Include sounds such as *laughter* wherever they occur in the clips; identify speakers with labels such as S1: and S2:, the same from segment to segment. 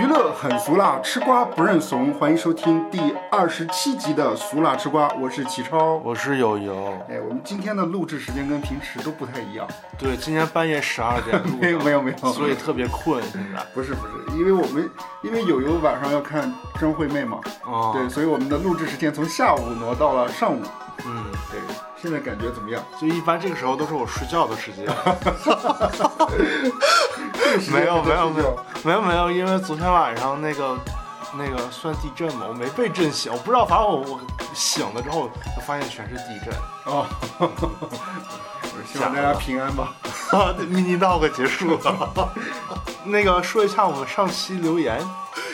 S1: 娱乐很俗辣，吃瓜不认怂。欢迎收听第二十七集的《俗辣吃瓜》，我是齐超。
S2: 我是友友，
S1: 哎，我们今天的录制时间跟平时都不太一样，
S2: 对，今天半夜十二点录
S1: *laughs* 没有
S2: 的
S1: 没有没有
S2: 所以特别困现在。
S1: 不是不是，因为我们因为友友晚上要看《真惠妹》嘛，
S2: 啊，
S1: 对，，所以我们的录制时间从下午挪到了上午。
S2: 嗯，
S1: 对，现在感觉怎么
S2: *laughs*
S1: 样？
S2: 就一般这个时候都是我睡觉的
S1: *laughs*
S2: 时间。
S1: 这个时间
S2: 没有
S1: 在
S2: 没
S1: 睡
S2: 有没
S1: 觉
S2: 有没有没有，因为昨天晚上那个那个算地震嘛，我没被震醒，我不知道，反正我我醒了之后就发现全是地震。
S1: *laughs* 哦，希望大家平安吧。
S2: 啊，迷你 dog 结束了。 *laughs* 那个说一下我们上期留言，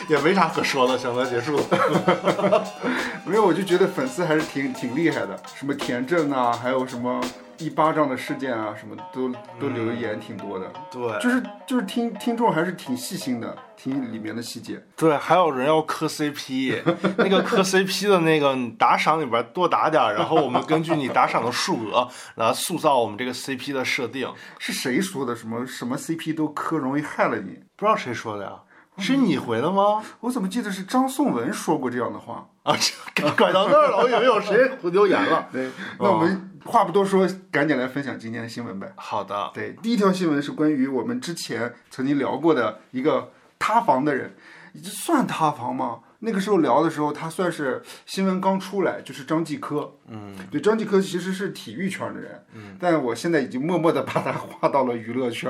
S2: 也没啥可说的，行了，结束了。
S1: *laughs* 没有，我就觉得粉丝还是挺挺厉害的，什么田震啊，还有什么一巴掌的事件啊，什么都都留言挺多的，
S2: 对，
S1: 就是就是听听众还是挺细心的，听里面的细节。
S2: 对，还有人要磕 CP，那个磕 CP 的那个，你打赏里边多打点儿，然后我们根据你打赏的数额来塑造我们这个 CP 的设定。
S1: 是谁说的？什么什么 CP 都磕容易害了你？
S2: 不知道谁说的呀？是你回的吗？
S1: 我怎么记得是张颂文说过这样的话？
S2: 啊，这拐到那儿了，我以为有谁留言了。
S1: 对，那我们话不多说，赶紧来分享今天的新闻呗。
S2: 好的，
S1: 对，第一条新闻是关于我们之前曾经聊过的一个塌房的人，这算塌房吗？那个时候聊的时候，他算是新闻刚出来，就是张继科。嗯，对，张继科其实是体育圈的人，嗯，但我现在已经默默的把他划到了娱乐圈。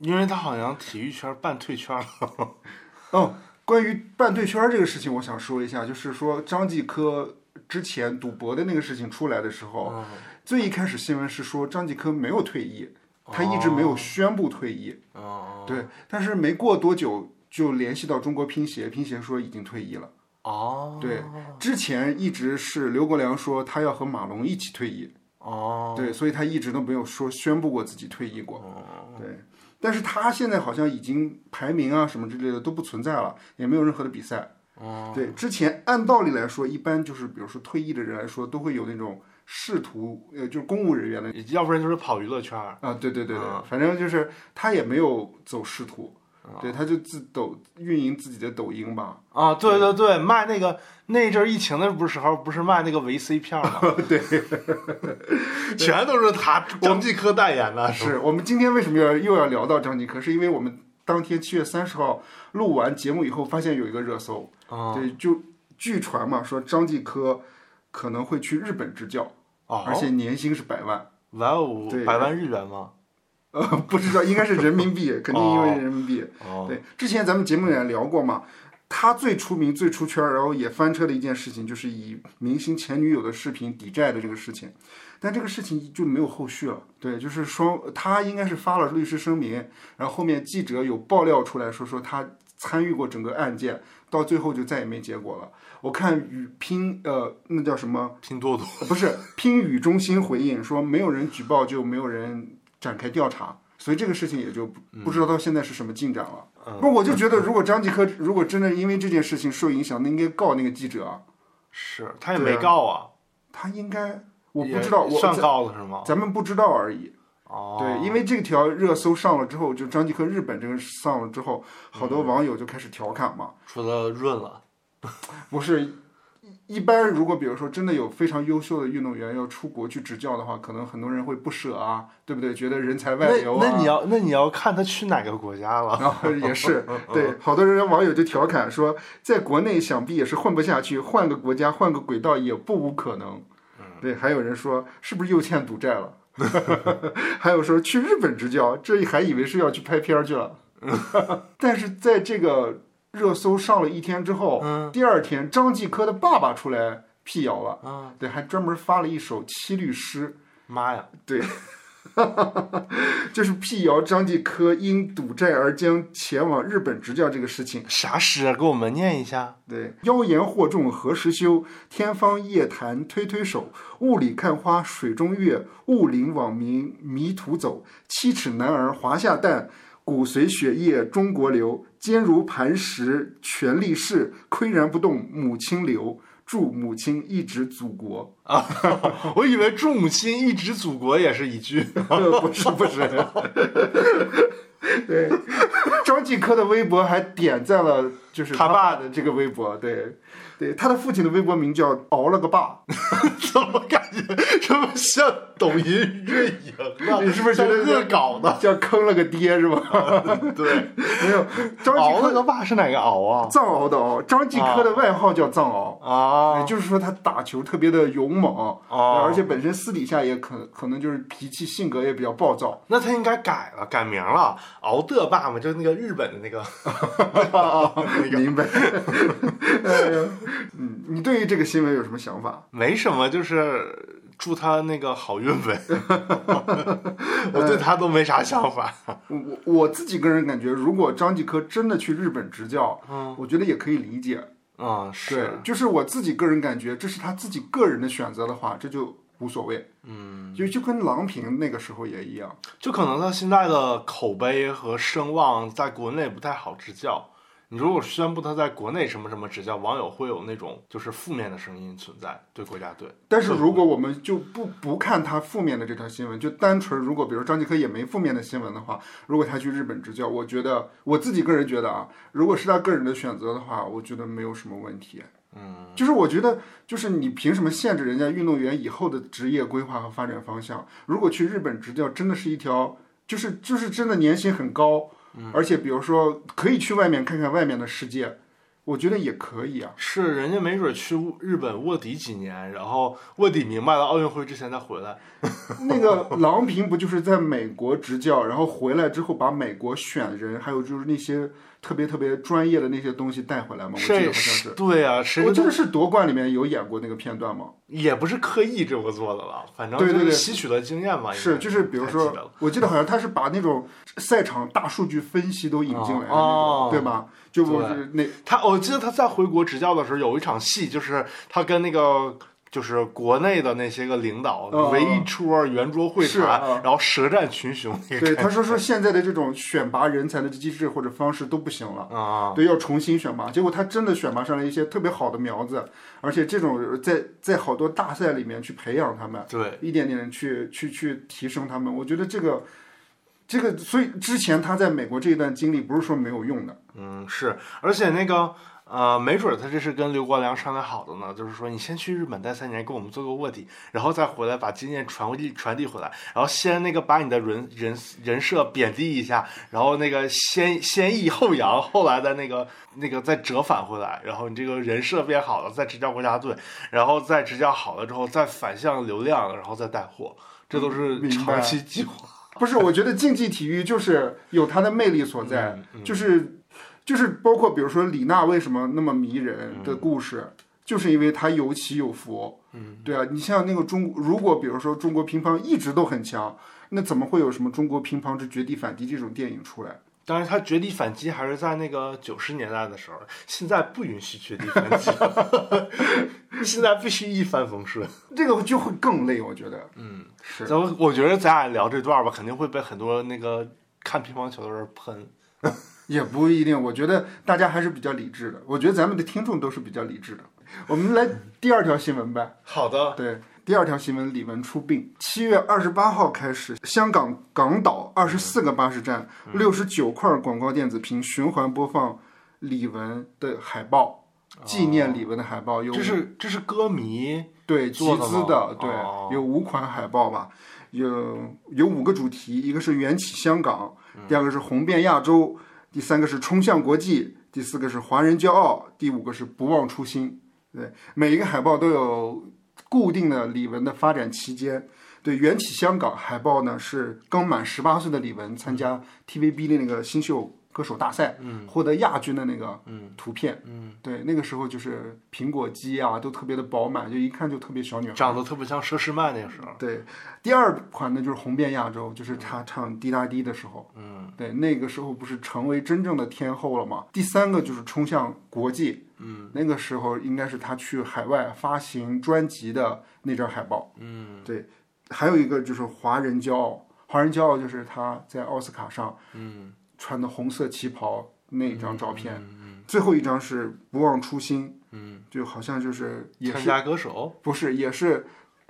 S2: 因为他好像体育圈半退圈了。
S1: 哦，关于半退圈儿这个事情，我想说一下，就是说张继科之前赌博的那个事情出来的时候，最一开始新闻是说张继科没有退役，他一直没有宣布退役。
S2: 哦
S1: 对，但是没过多久就联系到中国乒协，乒协说已经退役了。
S2: 哦
S1: 对，之前一直是刘国梁说他要和马龙一起退役，
S2: 哦，
S1: 对，所以他一直都没有说宣布过自己退役过。
S2: 哦
S1: 对，但是他现在好像已经排名啊什么之类的都不存在了，也没有任何的比赛。
S2: 哦
S1: 对，之前按道理来说，一般就是比如说退役的人来说，都会有那种仕途，呃，就是公务人员的
S2: 要不然就是跑娱乐圈儿。
S1: 啊，对对对对，反正就是他也没有走仕途，对，他就自抖运营自己的抖音吧，
S2: 啊，对对对，卖那个那阵儿疫情的不是时候，不是卖那个维 C 片儿吗？
S1: *laughs*
S2: 对， *laughs* 全都是他张继科代言的。
S1: 是我们今天为什么要又要聊到张继科？是因为我们当天七月三十号录完节目以后，发现有一个热搜，
S2: 啊
S1: 对，就据传嘛，说张继科可能会去日本执教，而
S2: 哦，
S1: 且年薪是百万，
S2: 哇哦
S1: 对，
S2: 百万日元吗？
S1: 呃，不知道应该是人民币，肯定因为人民币。
S2: 哦，
S1: 对，之前咱们节目也聊过嘛。他最出名、最出圈儿，然后也翻车的一件事情，就是以明星前女友的视频抵债的这个事情。但这个事情就没有后续了。对，就是双他应该是发了律师声明，然后后面记者有爆料出来说说他参与过整个案件，到最后就再也没结果了。我看与拼呃那叫什么？
S2: 拼多多
S1: 不是拼语中心回应说没有人举报就没有人展开调查，所以这个事情也就不
S2: 嗯
S1: 不知道到现在是什么进展了。不，我就觉得如果张继科如果真的因为这件事情受影响，那应该告那个记者啊，
S2: 是他也没告啊，
S1: 他应该我不
S2: 也
S1: 知道，我
S2: 算
S1: 咱
S2: 告了是吗？
S1: 咱们不知道而已。
S2: 哦，
S1: 对，因为这条热搜上了之后，就张继科日本这个上了之后，好
S2: 嗯
S1: 多网友就开始调侃嘛，
S2: 说他润了，
S1: 不是。一一般如果比如说真的有非常优秀的运动员要出国去执教的话，可能很多人会不舍啊，对不对？觉得人才外流啊。
S2: 那那你要那你要看他去哪个国家了。
S1: 然后也是对，好多人网友就调侃说，在国内想必也是混不下去，换个国家换个轨道也不无可能。对，还有人说是不是又欠赌债了？ *laughs* 还有说去日本执教，这还以为是要去拍片儿去了。但是在这个热搜上了一天之后，第二天张继科的爸爸出来辟谣了，对，还专门发了一首七律诗，
S2: 妈呀，
S1: 就是辟谣张继科因赌债而将前往日本执教这个事情。
S2: 啥诗啊？给我们念一下。 *laughs*
S1: 对，妖言惑众何时休？天方夜谭推推手，雾里看花水中月，雾林网民迷途走。七尺男儿华夏诞，骨髓血液中国流。坚如磐石权力士，岿然不动母亲流。祝母亲一直祖国。 *laughs*
S2: 我以为祝母亲一直祖国也是一句。
S1: *laughs* 不是不是，对，张继科的微博还点赞了，就是
S2: 他
S1: 爸的这个微博，对，对，他的父亲的微博名叫熬了个爸，
S2: *laughs* 怎么感觉这么像抖音运营 *laughs* 啊？
S1: 你是不是觉得
S2: 恶搞的？
S1: 叫坑了个爹是吧？
S2: *laughs* 对，
S1: 没有，张继
S2: 熬了
S1: 科
S2: 个爸是哪个熬啊？
S1: 藏獒的獒，张继科的外号叫藏獒，也
S2: 啊
S1: 就是说他打球特别的勇猛，呃
S2: 哦，
S1: 而且本身私底下也可可能就是脾气性格也比较暴躁，
S2: 那他应该改了，改名了，敖的爸嘛，就是那个日本的那 *laughs* 个，
S1: 明白？ *laughs* 哎呀，嗯，你对于这个新闻有什么想法？
S2: 没什么，就是祝他那个好运 *laughs* 呗。我对他都没啥想法。
S1: 我我我自己个人感觉，如果张继科真的去日本执教，
S2: 嗯
S1: 我觉得也可以理解。
S2: 嗯，
S1: 对
S2: 是，，
S1: 就是我自己个人感觉，这是他自己个人的选择的话，这就无所谓。
S2: 嗯，
S1: 就就跟郎平那个时候也一样。
S2: 就可能他现在的口碑和声望在国内不太好执教。你如果宣布他在国内什么什么执教，网友会有那种就是负面的声音存在，对国家队。
S1: 但是如果我们就不不看他负面的这条新闻，就单纯如果比如张继科也没负面的新闻的话，如果他去日本执教，我觉得我自己个人觉得啊，如果是他个人的选择的话，我觉得没有什么问题。
S2: 嗯，
S1: 就是我觉得，就是你凭什么限制人家运动员以后的职业规划和发展方向？如果去日本执教，真的是一条，就是就是真的年薪很高，而且比如说可以去外面看看外面的世界，我觉得也可以啊。
S2: 是人家没准去日本卧底几年，然后卧底明白了奥运会之前再回来。 *laughs*
S1: 那个郎平不就是在美国执教，然后回来之后把美国选人，还有就是那些特别特别专业的那些东西带回来吗？我记得好
S2: 谁
S1: 像是。
S2: 对啊，谁
S1: 我
S2: 知
S1: 记
S2: 道
S1: 得是夺冠里面有演过那个片段吗？
S2: 也不是刻意这么做的了，反正
S1: 对
S2: 就
S1: 对
S2: 是
S1: 对
S2: 吸取了经验嘛。应
S1: 是，
S2: 该
S1: 就是比如
S2: 太记得了
S1: 说，我记得好像他是把那种赛场大数据分析都引进来的那
S2: 哦
S1: 种，对吧？就我
S2: 对
S1: 那
S2: 他，我记得他在回国执教的时候有一场戏，就是他跟那个。就是国内的那些个领导
S1: 嗯
S2: 围一桌圆桌会
S1: 是
S2: 谈，
S1: 嗯
S2: 然后舌战群雄那个
S1: 对他说说现在的这种选拔人才的机制或者方式都不行了。
S2: 啊，
S1: 对，要重新选拔，结果他真的选拔上来一些特别好的苗子，而且这种在在好多大赛里面去培养他们，
S2: 对，
S1: 一点点去去去提升他们。我觉得这个这个，所以之前他在美国这一段经历不是说没有用的，
S2: 嗯是，而且那个呃，没准他这是跟刘国梁商量好的呢，就是说你先去日本待三年，给我们做个卧底，然后再回来把经验传递传递回来，然后先那个把你的人人人设贬低一下，然后那个先先抑后扬，后来再那个那个再折返回来，然后你这个人设变好了，再执教国家队，然后再执教好了之后再反向流量，然后再带货，这都
S1: 嗯
S2: 是
S1: 明
S2: 长
S1: 白
S2: 期计划。
S1: 不是，我觉得竞技体育就是有它的魅力所在，
S2: 嗯嗯
S1: 就是就是包括比如说李娜为什么那么迷人的故事，就是因为她有起有伏。
S2: 嗯，
S1: 对啊，你像那个中，如果比如说中国乒乓一直都很强，那怎么会有什么《中国乒乓之绝地反击》这种电影出来？
S2: 但是他绝地反击还是在那个九十年代的时候，现在不允许绝地反击， *laughs* 现在必须一帆风顺。
S1: 这个就会更累，我觉得
S2: 嗯，
S1: 是。
S2: 咱们我觉得咱俩聊这段吧，肯定会被很多那个看乒乓球的人喷。
S1: 也不一定，我觉得大家还是比较理智的。我觉得咱们的听众都是比较理智的。我们来第二条新闻吧。
S2: 好的，
S1: 对，第二条新闻，李玟出殡。七月二十八号开始，香港港岛二十四个巴士站，
S2: 嗯
S1: 六十九块广告电子屏循环播放李玟的海报，纪念李玟的海报有
S2: 哦这是这是歌迷
S1: 对集
S2: 做的
S1: 资
S2: 吗
S1: 的，对
S2: 哦，
S1: 有五款海报吧，有有五个主题，一个是缘起香港，
S2: 嗯
S1: 第二个是红遍亚洲，第三个是冲向国际，第四个是华人骄傲，第五个是不忘初心。对，每一个海报都有固定的李玟的发展期间。对，缘起香港海报呢是刚满十八岁的李玟参加 TVB 的那个新秀歌手大赛，获得亚军的那个图片。对，那个时候就是苹果肌啊，都特别的饱满，就一看就特别小女孩。
S2: 长得特别像佘诗曼那个时候。
S1: 对，第二款呢就是红遍亚洲，就是她唱《滴答滴》的时候，嗯，对，那个时候不是成为真正的天后了吗？第三个就是冲向国际，嗯，那个时候应该是她去海外发行专辑的那张海报，嗯，对，还有一个就是华人骄傲，华人骄傲就是她在奥斯卡上，嗯，穿的红色旗袍那张照
S2: 嗯
S1: 片，最后一张是不忘初心，嗯，就好像就是也
S2: 嗯参
S1: 是
S2: 加歌手
S1: 不是，也是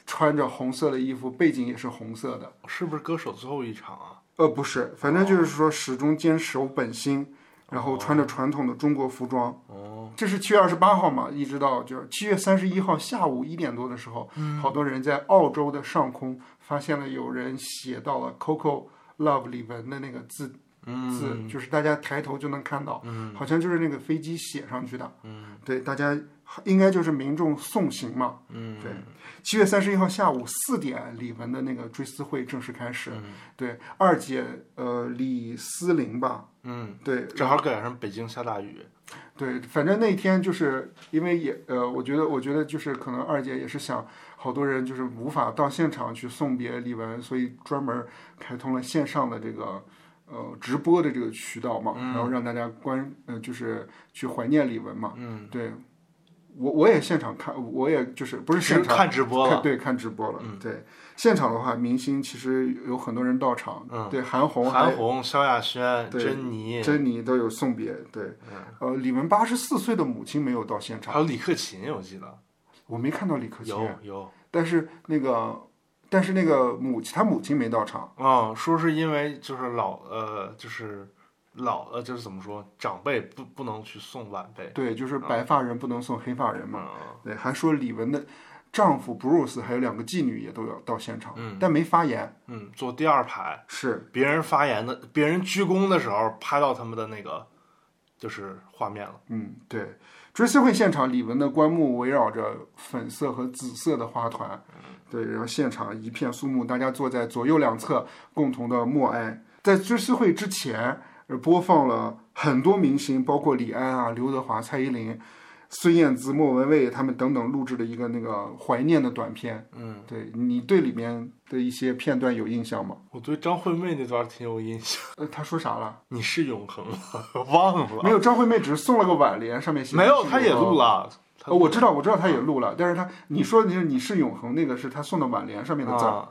S1: 穿着红色的衣服，背景也是红色的。
S2: 是不是歌手最后一场啊？
S1: 呃，不是，反正就是说始终坚守本心，然后穿着传统的中国服装。
S2: 哦，
S1: 这是七月二十八号嘛，一直到就是七月三十一号下午一点多的时候，
S2: 嗯
S1: 好多人在澳洲的上空发现了有人写到了 “Coco Love” 里文的那个字字，
S2: 嗯，
S1: 就是大家抬头就能看到，
S2: 嗯
S1: 好像就是那个飞机写上去的。
S2: 嗯
S1: 对，大家应该就是民众送行嘛。
S2: 嗯，
S1: 对七月三十一号下午四点，李玟的那个追思会正式开始。
S2: 嗯
S1: 对，二姐呃李思玲吧，
S2: 嗯，
S1: 对，
S2: 正好赶上北京下大雨，
S1: 对，反正那天就是因为也呃，我觉得我觉得就是可能二姐也是想，好多人就是无法到现场去送别李玟，所以专门开通了线上的这个呃直播的这个渠道嘛，
S2: 嗯
S1: 然后让大家关呃就是去怀念李玟嘛。
S2: 嗯，
S1: 对，我我也现场看，我也就是不是
S2: 只
S1: 现场
S2: 看直播
S1: 看
S2: 了，嗯
S1: 对看直播了，对现场的话，明星其实有很多人到场，
S2: 嗯
S1: 对韩红、还
S2: 韩红、萧亚轩、
S1: 对
S2: 珍妮，
S1: 珍妮都有送别，对，
S2: 嗯
S1: 呃，李玟八十四岁的母亲没有到现场，
S2: 还有李克勤，我记得
S1: 我没看到李克勤，
S2: 有有，
S1: 但是那个，但是那个母亲，他母亲没到场，
S2: 嗯，说是因为就是老呃就是老呃就是怎么说，长辈不不能去送晚辈，
S1: 对，就是白发人不能送黑发人嘛，
S2: 嗯
S1: 对，还说李玟的丈夫 Bruce 还有两个妓女也都要到现场，
S2: 嗯
S1: 但没发言，
S2: 嗯，坐第二排，
S1: 是
S2: 别人发言的，别人鞠躬的时候拍到他们的那个就是画面了，
S1: 嗯，对，追思会现场，李玟的棺木围绕着粉色和紫色的花团，
S2: 嗯
S1: 对，然后现场一片肃穆，大家坐在左右两侧，共同的默哀。在追思会之前，呃播放了很多明星，包括李安啊、刘德华、蔡依林、孙燕姿、莫文蔚他们等等录制的一个那个怀念的短片。
S2: 嗯，
S1: 对你对里面的一些片段有印象吗？
S2: 我对张惠妹那段挺有印象， *laughs*
S1: 呃，他说啥了？
S2: 你是永恒吗？ *laughs* 忘了，
S1: 没有，张惠妹只是送了个挽联，上面写的
S2: 没有，
S1: 是
S2: 他也
S1: 我
S2: 录了，他
S1: 呃，
S2: 啊
S1: 我知道，我知道他也录了，但是他你说你是你是永恒那个是他送的挽联上面的字儿，
S2: 啊，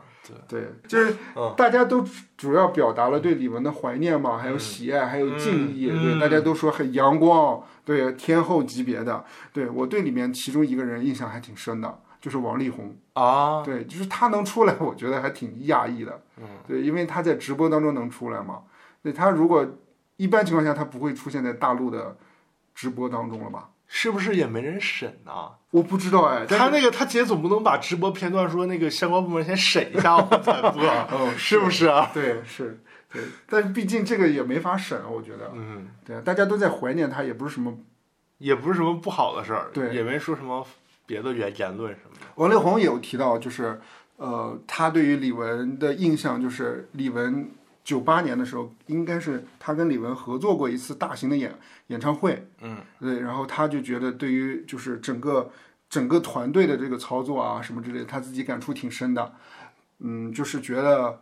S2: 对，
S1: 对，就是
S2: 嗯
S1: 大家都主要表达了对李玟的怀念嘛，还有喜爱，还有敬意，
S2: 嗯
S1: 对，
S2: 嗯
S1: 大家都说很阳光，对，天后级别的，对我对里面其中一个人印象还挺深的，就是王力宏，
S2: 啊，
S1: 对，就是他能出来， *laughs* 我觉得还挺讶异的，
S2: 嗯，
S1: 对，因为他在直播当中能出来嘛，对他如果一般情况下他不会出现在大陆的直播当中了吧？
S2: 是不是也没人审啊？
S1: 我不知道哎，但是
S2: 他那个他姐总不能把直播片段说那个相关部门先审一下我们再播啊，
S1: 哦，
S2: 是不是啊？
S1: 对，是，对，但是毕竟这个也没法审，我觉得，
S2: 嗯，
S1: 对啊，大家都在怀念他，也不是什么。
S2: 也不是什么不好的事儿，
S1: 对
S2: 也没说什么别的言言论什么的，
S1: 王力宏有提到，就是，呃，他对于李玟的印象就是，李玟九八年的时候，应该是他跟李玟合作过一次大型的演演唱会，
S2: 嗯，
S1: 对，然后他就觉得对于就是整个整个团队的这个操作啊什么之类的，他自己感触挺深的，嗯，就是觉得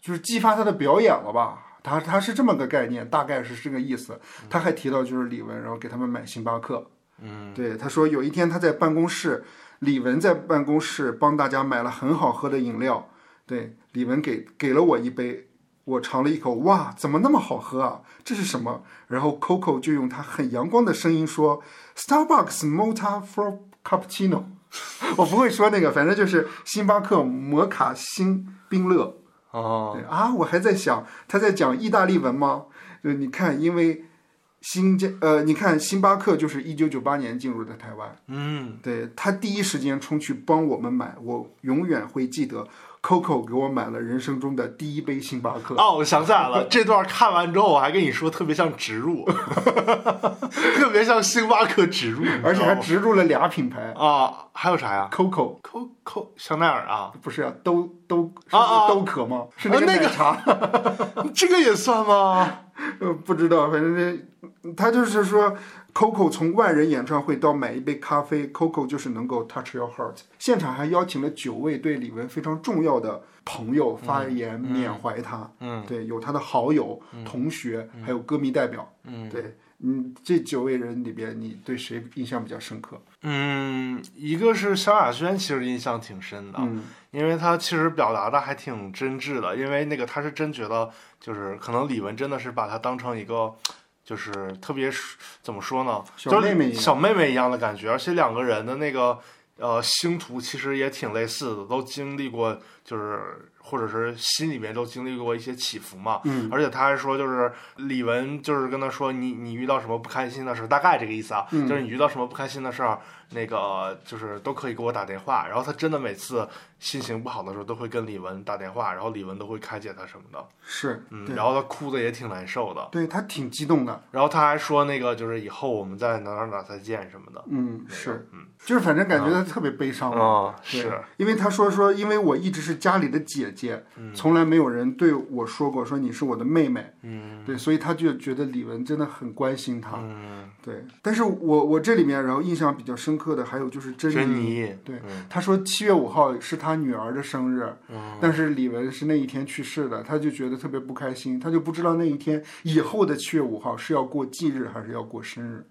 S1: 就是激发他的表演了吧。他他是这么个概念，大概是这个意思。他还提到就是李玟，然后给他们买星巴克。
S2: 嗯，
S1: 对，他说有一天他在办公室，李玟在办公室帮大家买了很好喝的饮料。对，李玟给给了我一杯，我尝了一口，哇，怎么那么好喝啊？这是什么？然后 Coco 就用他很阳光的声音说：“Starbucks Mocha for Cappuccino。” *laughs* 我不会说那个，反正就是星巴克摩卡星冰乐。
S2: 哦，
S1: 对啊，我还在想他在讲意大利文吗？就你看，因为新加呃，你看星巴克就是一九九八年进入的台湾，
S2: 嗯，
S1: 对他第一时间冲去帮我们买，我永远会记得 Coco 给我买了人生中的第一杯星巴克。
S2: 哦，我想起来了，这段看完之后，我还跟你说特别像植入， *laughs* 特别像星巴克植入，你知道吗
S1: 而且还植入了俩品牌
S2: 啊，还有啥呀
S1: ，Coco
S2: ？Coco 香奈儿
S1: *laughs*
S2: 啊，
S1: 不是啊，都都是
S2: 啊啊
S1: 不
S2: 啊
S1: 是都可吗？是
S2: 啊
S1: 个
S2: 那个
S1: 奶茶， *laughs*
S2: 这个也算吗？
S1: 呃，不知道，反正这他就是说，Coco 从万人演唱会到买一杯咖啡，Coco 就是能够 touch your heart。现场还邀请了九位对李玟非常重要的朋友发言缅怀他，
S2: 嗯
S1: 对，有他的好友、同学，还有歌迷代表，
S2: 嗯
S1: 对，嗯，这九位人里边，你对谁印象比较深刻？
S2: 嗯，一个是萧亚轩，其实印象挺深的，啊
S1: 嗯
S2: 因为他其实表达的还挺真挚的，因为那个他是真觉得，就是可能李玟真的是把他当成一个，就是特别是怎么说呢，
S1: 小
S2: 就是
S1: 妹妹一样
S2: 小妹妹一样的感觉，而且两个人的那个呃星途其实也挺类似的，都经历过就是或者是心里面都经历过一些起伏嘛。
S1: 嗯，
S2: 而且他还说，就是李玟就是跟他说你你遇到什么不开心的事，大概这个意思啊，
S1: 嗯
S2: 就是你遇到什么不开心的事儿，那个就是都可以给我打电话。然后他真的每次心情不好的时候都会跟李玟打电话，然后李玟都会开解他什么的，
S1: 是，
S2: 嗯，
S1: 对
S2: 然后他哭的也挺难受的。
S1: 对他挺激动的，
S2: 然后他还说那个就是以后我们在哪哪哪再见什么的。
S1: 嗯，是，
S2: 嗯，
S1: 就是反正感觉他特别悲伤嘛。
S2: 嗯，
S1: 哦对
S2: 是，，
S1: 因为他说说，因为我一直是家里的姐姐，
S2: 嗯
S1: 从来没有人对我说过说你是我的妹妹，
S2: 嗯
S1: 对，所以他就觉得李玟真的很关心他，
S2: 嗯，
S1: 对。但是我我这里面，然后印象比较深刻的还有就是珍
S2: 珍
S1: 妮，
S2: 妮，
S1: 对
S2: 嗯
S1: 他说七月五号是他女儿的生日，
S2: 嗯
S1: 但是李玟是那一天去世的，他就觉得特别不开心，他就不知道那一天以后的七月五号是要过忌日还是要过生日，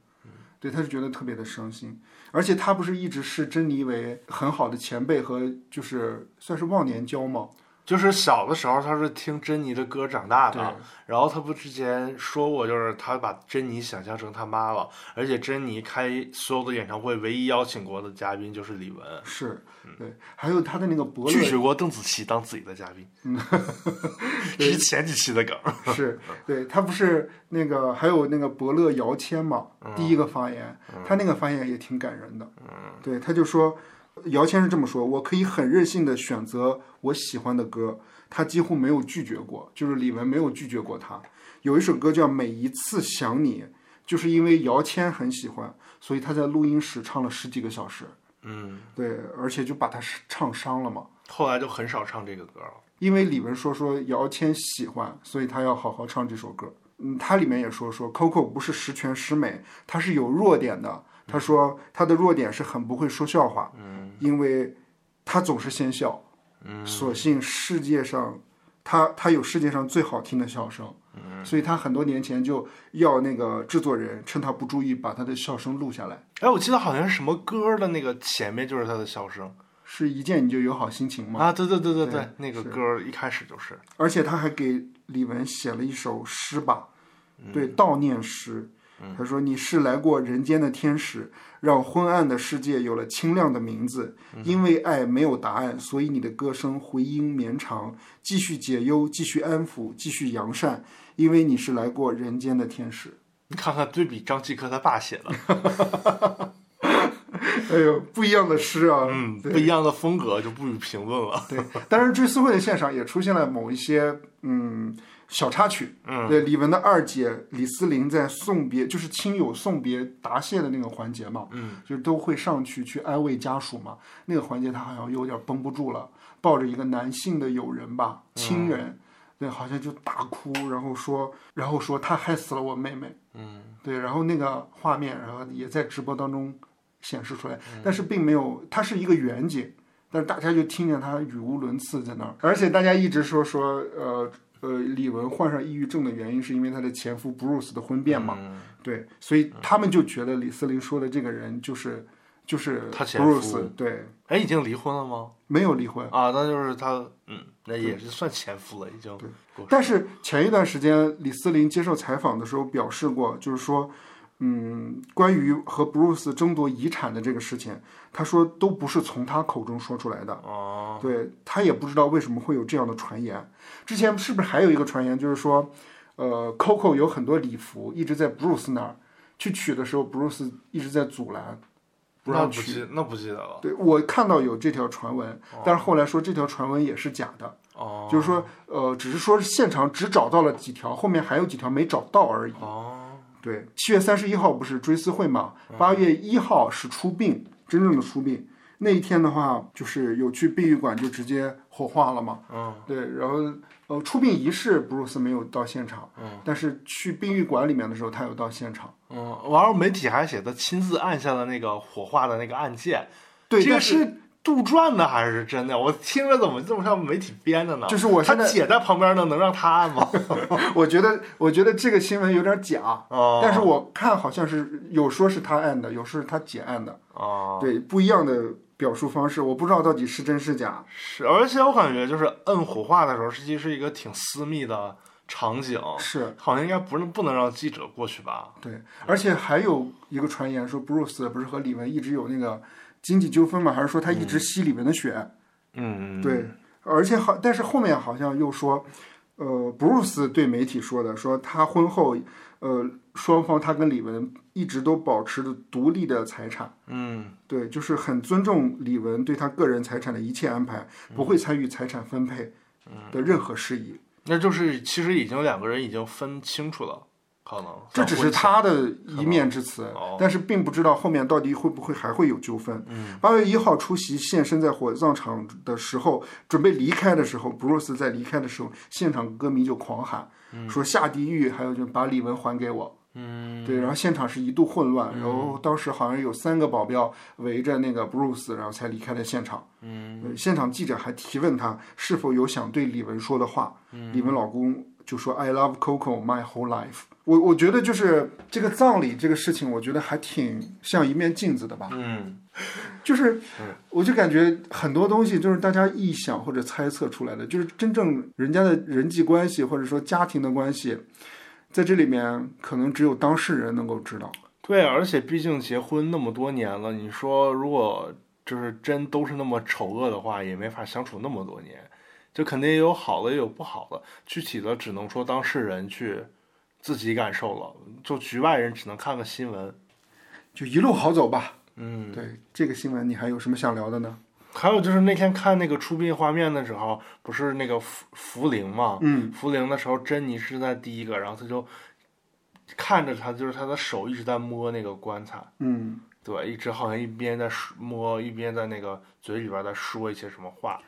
S1: 对，他就觉得特别的伤心。而且他不是一直视珍妮为很好的前辈和就是算是忘年交吗？
S2: 就是小的时候他是听珍妮的歌长大
S1: 对
S2: 的，然后他不之前说过，就是他把珍妮想象成他妈了，而且珍妮开所有的演唱会唯一邀请过的嘉宾就是李玟，
S1: 是，对，还有他的那个伯
S2: 拒
S1: 乐
S2: 绝过邓紫棋当自己的嘉宾，
S1: 嗯
S2: 这
S1: 对
S2: 是前几期的梗，
S1: 是对他不是那个还有那个伯乐姚谦嘛，第一个发言，他那个发言也挺感人的。对，他就说，姚谦是这么说：我可以很任性的选择我喜欢的歌，他几乎没有拒绝过，就是李玟没有拒绝过他。有一首歌叫《每一次想你》，就是因为姚谦很喜欢，所以他在录音室唱了十几个小时。
S2: 嗯，
S1: 对，而且就把他唱伤了嘛。
S2: 后来就很少唱这个歌了，
S1: 因为李玟说说姚谦喜欢，所以他要好好唱这首歌。嗯，他里面也说说 Coco 不是十全十美，他是有弱点的。他说他的弱点是很不会说笑话，嗯，因为他总是先笑，嗯，所幸世界上他他有世界上最好听的笑声，嗯，所以他很多年前就要那个制作人趁他不注意把他的笑声录下来，
S2: 哎，我记得好像是什么歌的那个前面就是他的笑声
S1: 是一见你就有好心情嘛。
S2: 啊，对对对对
S1: 对
S2: 对，那个歌一开始就是，
S1: 而且他还给李玟写了一首诗吧，对悼念诗。他说：“你是来过人间的天使，让昏暗的世界有了清亮的名字。因为爱没有答案，所以你的歌声回音绵长，继续解忧，继续安抚，继续扬善。因为你是来过人间的天使。
S2: 你看看对比张继科他爸写
S1: *laughs*
S2: 的，
S1: 哎呦，不一样的诗啊！
S2: 嗯，
S1: 对
S2: 不一样的风格就不予评论了，
S1: 对，当然追思会的现场也出现了某一些嗯小插曲。
S2: 嗯
S1: 对，李玟的二姐李思玲在送别，就是亲友送别答谢的那个环节嘛，
S2: 嗯，
S1: 就是都会上去去安慰家属嘛。那个环节她好像有点绷不住了，抱着一个男性的友人吧，亲
S2: 嗯
S1: 人，对，好像就大哭，然后说，然后说她害死了我妹妹。
S2: 嗯。
S1: 对，然后那个画面，然后也在直播当中显示出来，
S2: 嗯
S1: 但是并没有，它是一个远景，但是大家就听见他语无伦次在那儿，而且大家一直说说，呃呃，李玟患上抑郁症的原因是因为她的前夫 Bruce 的婚变嘛，
S2: 嗯
S1: 对，所以他们就觉得李斯林说的这个人就是就是
S2: 他前夫
S1: Bruce，对，
S2: 哎，已经离婚了吗？
S1: 没有离婚。
S2: 啊，那就是他，嗯，那也是算前夫了，已经。过世
S1: 但是前一段时间，李斯林接受采访的时候表示过，就是说，嗯，关于和 Bruce 争夺遗产的这个事情，他说都不是从他口中说出来的。
S2: 哦，
S1: 对他也不知道为什么会有这样的传言。之前是不是还有一个传言，就是说，呃，Coco 有很多礼服一直在 Bruce 那儿去取的时候，Bruce 一直在阻拦，不
S2: 那
S1: 让
S2: 不
S1: 取。
S2: 记，那不记得了。
S1: 对我看到有这条传闻，但是后来说这条传闻也是假的。
S2: 哦，
S1: 就是说，呃，只是说现场只找到了几条，后面还有几条没找到而已。
S2: 哦，
S1: 对，七月三十一号不是追思会嘛？
S2: 嗯
S1: 八月一号是出殡，真正的出殡。那一天的话，就是有去殡仪馆就直接火化了嘛。
S2: 嗯
S1: 对，然后呃，出殡仪式布鲁斯没有到现场，
S2: 嗯
S1: 但是去殡仪馆里面的时候他有到现场。
S2: 嗯，完了，媒体还写他亲自按下了那个火化的那个按键，
S1: 对，
S2: 这个
S1: 但是
S2: 是杜撰的还是真的？我听着怎么这么像媒体编的呢？
S1: 就是我
S2: 他
S1: 现在
S2: 姐在旁边呢，能让他按 *laughs* 吗？
S1: 我觉得，我觉得这个新闻有点假。
S2: 哦，
S1: 但是我看好像是有说是他按的，有说是他姐按的。
S2: 哦，
S1: 对不一样的表述方式，我不知道到底是真是假。
S2: 是，而且我感觉就是摁火化的时候，实际是一个挺私密的场景，
S1: 是
S2: 好像应该不是不能让记者过去吧？
S1: 对，而且还有一个传言说，Bruce 不是和李玟一直有那个经济纠纷嘛，还是说他一直吸李玟的血？
S2: 嗯，
S1: 对，而且好，但是后面好像又说，呃，布鲁斯对媒体说的，说他婚后，呃，双方他跟李玟一直都保持着独立的财产，
S2: 嗯
S1: 对，就是很尊重李玟对他个人财产的一切安排，
S2: 嗯
S1: 不会参与财产分配的任何事宜。
S2: 那就是其实已经两个人已经分清楚了，可能
S1: 这只是他的一面之词
S2: 哦，
S1: 但是并不知道后面到底会不会还会有纠纷。八月一号出席现身在火葬场的时候，准备离开的时候，布鲁斯在离开的时候，现场歌迷就狂喊说下地狱，还有就把李玟还给我。嗯，对，然后现场是一度混乱，然后当时好像有三个保镖围着那个布鲁斯，然后才离开了现场。嗯，现场记者还提问他是否有想对李玟说的话，李玟老公就说 "I love Coco my whole life"。我我觉得就是这个葬礼这个事情，我觉得还挺像一面镜子的吧。
S2: 嗯
S1: 就是，我就感觉很多东西就是大家臆想或者猜测出来的，就是真正人家的人际关系或者说家庭的关系，在这里面可能只有当事人能够知道。
S2: 对，而且毕竟结婚那么多年了，你说如果就是真都是那么丑恶的话，也没法相处那么多年，就肯定也有好的，也有不好的，具体的只能说当事人去自己感受了，就局外人只能看个新闻。
S1: 就一路好走吧。
S2: 嗯，
S1: 对这个新闻，你还有什么想聊的呢？
S2: 还有就是那天看那个出殡画面的时候，不是那个福福灵嘛？
S1: 嗯，
S2: 福灵的时候，珍妮是在第一个，然后他就看着他，就是他的手一直在摸那个棺材，
S1: 嗯，
S2: 对，一直好像一边在说摸，一边在那个嘴里边在说一些什么话，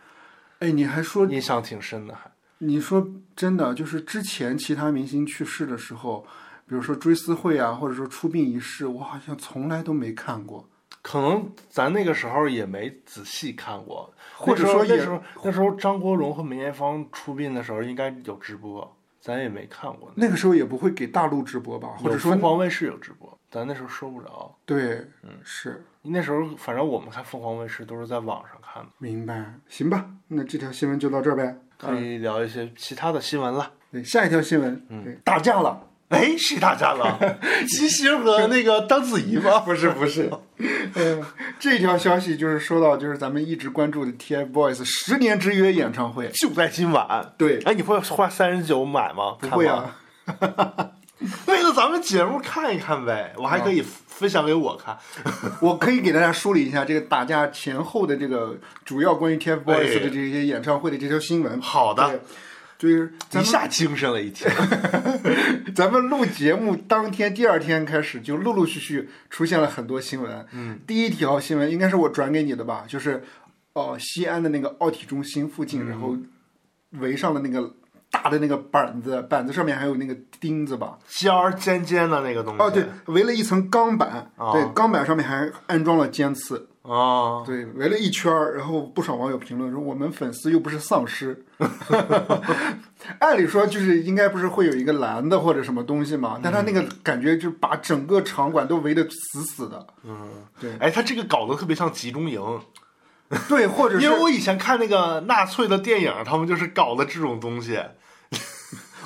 S1: 哎，你还说，
S2: 印象挺深的还。
S1: 你说真的，就是之前其他明星去世的时候，比如说追思会啊，或者说出殡仪式，我好像从来都没看过，
S2: 可能咱那个时候也没仔细看过，
S1: 或者说
S2: 那
S1: 也
S2: 时候那时候那时候张国荣和梅艳芳出殡的时候应该有直播，咱也没看过，
S1: 那个时候也不会给大陆直播吧，或者
S2: 有
S1: 说
S2: 凤凰卫视有直播，咱那时候收不着。
S1: 对，
S2: 嗯
S1: 是
S2: 那时候反正我们看凤凰卫视都是在网上看的，
S1: 明白，行吧，那这条新闻就到这儿呗。
S2: 可以聊一些其他的新闻了。
S1: 对，下一条新闻，
S2: 嗯
S1: 对，打架了，
S2: 哎，谁打架了？ *laughs* 西星和那个章子怡吗？
S1: *laughs* 不是不是，
S2: 嗯
S1: 呃， *laughs* 这条消息就是说到就是咱们一直关注的 TFBOYS 十年之约演唱会，
S2: 就在今晚。
S1: 对，
S2: 哎，你会花三十九买吗？
S1: 不会
S2: 看吗。
S1: 啊，
S2: 为了咱们节目看一看呗，我还可
S1: 嗯
S2: 以分享给我看。
S1: 我可以给大家梳理一下这个打架前后的这个主要关于 TFBOYS 的这些演唱会的这条新闻。
S2: 哎好的，
S1: 对，就是咱
S2: 一
S1: 们
S2: 下精神了一天。
S1: 咱们录节目当天、第二天开始，就陆陆续续出现了很多新闻。嗯，第一条新闻应该是我转给你的吧，就是，哦、西安的那个奥体中心附
S2: 嗯
S1: 近，然后围上了那个大的那个板子，板子上面还有那个钉子吧？
S2: 尖儿尖尖的那个东西。
S1: 哦，对，围了一层钢板，
S2: 哦
S1: 对，钢板上面还安装了尖刺，
S2: 哦，
S1: 对，围了一圈儿，然后不少网友评论说：“我们粉丝又不是丧
S2: *laughs*
S1: 尸。” *laughs* 按理说就是应该不是会有一个栏的或者什么东西嘛，但他
S2: 嗯
S1: 那个感觉就把整个场馆都围得死死的。嗯，对
S2: 哎，他这个搞得特别像集中营，
S1: 对，或者是
S2: 因为我以前看那个纳粹的电影，他们就是搞的这种东西。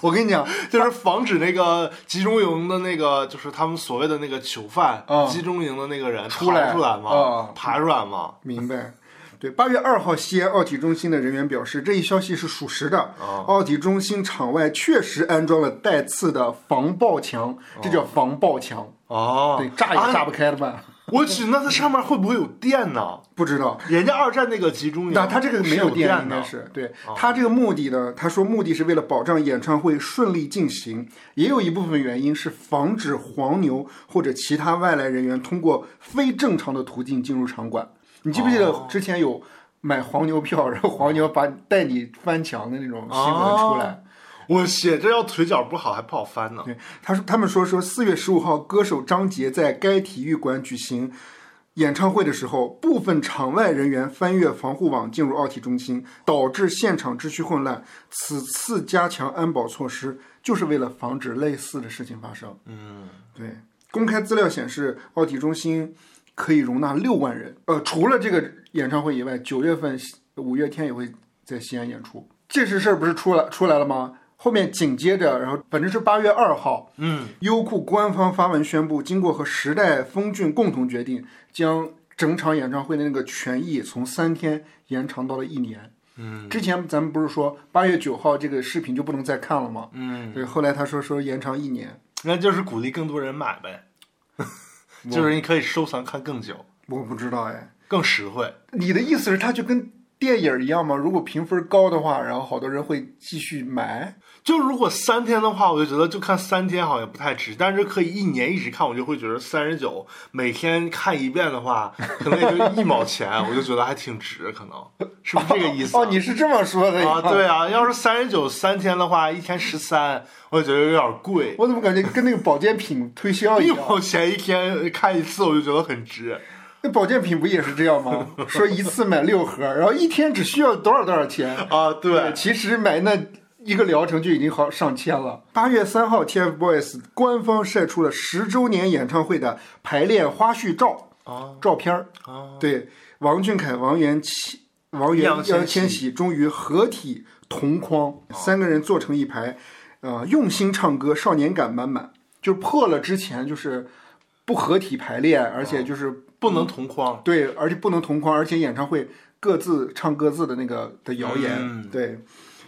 S1: 我跟你讲，
S2: 就是防止那个集中营的那个，就是他们所谓的那个囚犯，
S1: 嗯
S2: 集中营的那个人
S1: 出来
S2: 逃出来嘛，
S1: 嗯
S2: 爬出来嘛，
S1: 明白。对，八月二号，西安奥体中心的人员表示，这一消息是属实的。
S2: 哦
S1: 奥体中心场外确实安装了带刺的防爆墙，这叫防爆墙。
S2: 哦
S1: 对，炸也炸
S2: 啊
S1: 不开的吧？
S2: 我去，那它上面会不会有电呢？
S1: 不知道。
S2: 人家二战那个集中营，
S1: 那他这个没
S2: 有
S1: 电，应该
S2: 的，
S1: 是对他这个目的呢？他说目的是为了保障演唱会顺利进行，也有一部分原因是防止黄牛或者其他外来人员通过非正常的途径进入场馆。你记不记得之前有买黄牛票，然后黄牛把带你翻墙的那种新闻出来？
S2: 我去，这要腿脚不好还不好翻呢。
S1: 对，他说他们说说四月十五号，歌手张杰在该体育馆举行演唱会的时候，部分场外人员翻越防护网进入奥体中心，导致现场秩序混乱。此次加强安保措施，就是为了防止类似的事情发生。
S2: 嗯，
S1: 对，公开资料显示，奥体中心可以容纳六万人。呃，除了这个演唱会以外，九月份、五月天也会在西安演出。这事事儿不是出来出来了吗？后面紧接着，然后反正是八月二号，
S2: 嗯，
S1: 优酷官方发文宣布，经过和时代峰峻共同决定，将整场演唱会的那个权益从三天延长到了一年。嗯，之前咱们不是说八月九号这个视频就不能再看了吗？
S2: 嗯，
S1: 对，后来他说说延长一年，
S2: 那就是鼓励更多人买呗，就是你可以收藏看更久，
S1: 我不知道哎。
S2: 更实惠。
S1: 你的意思是它就跟电影一样吗？如果评分高的话，然后好多人会继续买。
S2: 就如果三天的话，我就觉得就看三天好像不太值，但是可以一年一直看，我就会觉得三十九每天看一遍的话， *laughs* 可能也就一毛钱，我就觉得还挺值，可能是不是这个意思
S1: *laughs*
S2: 啊？
S1: 哦，你是这么说的
S2: 啊，对啊，要是三十九三天的话，一天十三，我觉得有点贵，
S1: 我怎么感觉跟那个保健品推销一
S2: 一
S1: 样？
S2: 毛钱一天看一次，我就觉得很值。
S1: 那保健品不也是这样吗？说一次买六盒，然后一天只需要多少多少钱？
S2: 啊，对，
S1: 其实买那一个疗程就已经好上千了。八月三号，TFBOYS 官方晒出了十周年演唱会的排练花絮照
S2: 啊
S1: 照片儿。
S2: 啊，
S1: 对，王俊凯、王源、七王源、
S2: 易烊千玺哦
S1: 烊千玺终于合体同框，三个人坐成一排，呃，用心唱歌，少年感满满，就是破了之前就是不合体排练，而
S2: 哦
S1: 且就是
S2: 不能同框。
S1: 对，而且不能同框，而且演唱会各自唱各自的那个的谣言，
S2: 嗯
S1: 对。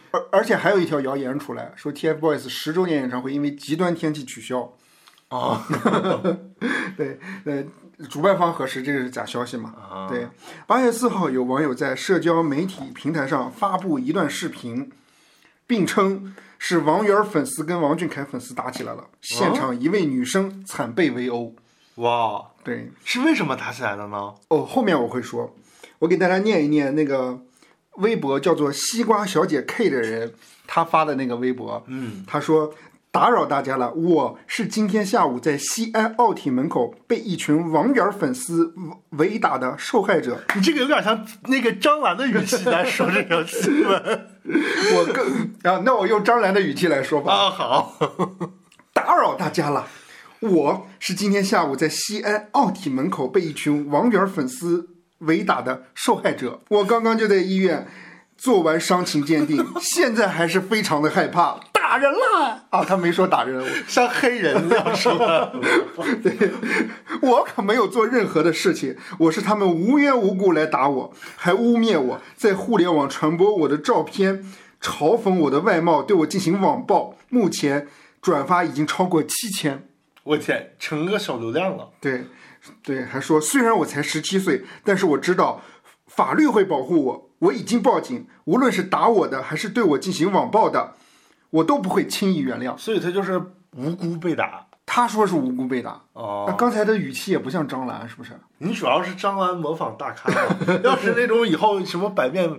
S1: 而而且还有一条谣言出来说，TFBOYS 十周年演唱会因为极端天气取消。
S2: 啊
S1: 对，呃，主办方核实这个是假消息嘛？
S2: 啊，
S1: 对，八月四号，有网友在社交媒体平台上发布一段视频，并称是王源粉丝跟王俊凯粉丝打起来了，现
S2: 哦
S1: 场一位女生惨被围殴。
S2: 哇，
S1: 对，
S2: 是为什么打起来的呢？
S1: 哦，后面我会说，我给大家念一念那个微博叫做“西瓜小姐 K” 的人，他发的那个微博，
S2: 嗯，
S1: 他说打扰大家了，我是今天下午在西安奥体门口被一群网友粉丝围打的受害者，
S2: 你这个有点像那个张兰的语气在说这条新
S1: *laughs*
S2: 闻
S1: 我更 *laughs* 啊，那我用张兰的语气来说吧，
S2: 啊。好，
S1: 打扰大家了。我是今天下午在西安奥体门口被一群网友粉丝围打的受害者。我刚刚就在医院做完伤情鉴 *laughs* 定，现在还是非常的害怕。打人啦！啊，他没说打人，
S2: 像黑人那样说的。
S1: 我我可没有做任何的事情，我是他们无缘无故来打我，还污蔑我，在互联网传播我的照片，嘲讽我的外貌，对我进行网暴。目前转发已经超过七千。
S2: 我天，成个小流量了。
S1: 对，对，还说虽然我才十七岁，但是我知道法律会保护我，我已经报警，无论是打我的还是对我进行网暴的，我都不会轻易原谅。
S2: 所以他就是无辜被打。
S1: 他说是无辜被打，那
S2: 哦，
S1: 刚才的语气也不像张兰，是不是？
S2: 你主要是张兰模仿大咖
S1: *laughs*
S2: 嘛，要是那种以后什么百变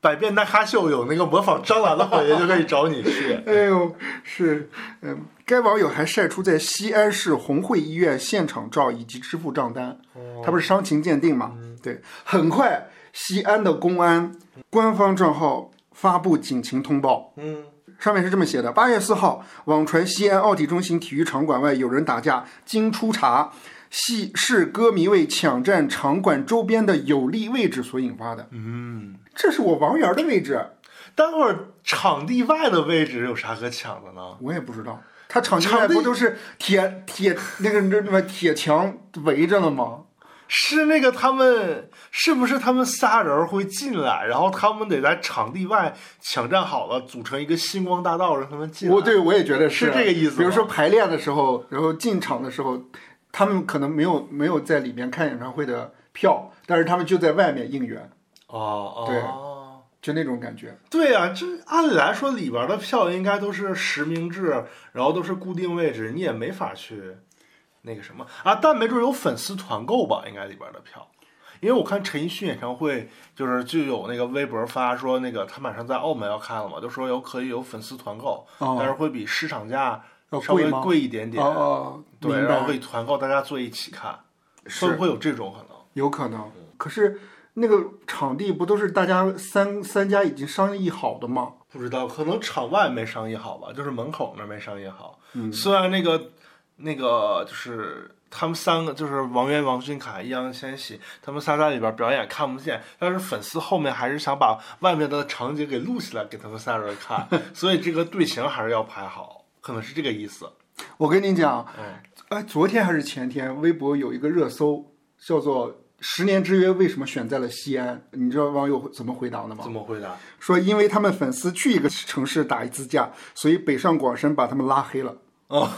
S2: 百变大咖秀有那个模仿张兰的环节，就可以找你去。
S1: *laughs* 哎呦，是，嗯，该网友还晒出在西安市红会医院现场照以及支付账单，他不是伤情鉴定嘛？对，很快西安的公安官方账号发布警情通报。
S2: 嗯，
S1: 上面是这么写的：八月四号，网传西安奥体中心体育场馆外有人打架，经初查，系是歌迷为抢占场馆周边的有利位置所引发的。嗯，这是我王源儿的位置，
S2: 待会儿场地外的位置有啥可抢的呢？
S1: 我也不知道。他场地
S2: 场
S1: 外
S2: 地
S1: 不都是铁铁那个那什么铁墙围着了吗？
S2: 是那个他们是不是他们仨人会进来，然后他们得在场地外抢占好了，组成一个星光大道让他们进来？
S1: 我对啊我也觉得
S2: 是这个意思吗
S1: 比如说排练的时候，然后进场的时候，他们可能没有没有在里面看演唱会的票，但是他们就在外面应援，
S2: 哦
S1: 对
S2: 哦，
S1: 就那种感觉。
S2: 对啊，这按理来说里边的票应该都是实名制，然后都是固定位置，你也没法去那个什么啊。但没准有粉丝团购吧，应该里边的票。因为我看陈奕迅演唱会，就是就有那个微博发说那个他马上在澳门要看了嘛，就说有可以有粉丝团购，
S1: 哦
S2: 但是会比市场价
S1: 要
S2: 稍微
S1: 贵吗？
S2: 贵一点点，
S1: 哦，哦
S2: 对，
S1: 明
S2: 然
S1: 白，
S2: 后会团购，大家坐一起看，会
S1: 是
S2: 不会有这种可能？
S1: 有可能。嗯可是那个场地不都是大家三三家已经商议好的吗？
S2: 不知道，可能场外没商议好吧，就是门口那儿没商议好。虽然那个那个就是他们三个，就是王源、王俊凯、易烊千玺，他们仨在里边表演看不见，但是粉丝后面还是想把外面的场景给录起来给他们仨人看，所以这个队形还是要排好，可能是这个意思。
S1: 我跟你讲
S2: 嗯，
S1: 哎，昨天还是前天，微博有一个热搜叫做十年之约为什么选在了西安？你知道网友怎么回答的吗？
S2: 怎么回答？ *laughs*
S1: 说因为他们粉丝去一个城市打一次架，所以北上广深把他们拉黑了。
S2: 哦，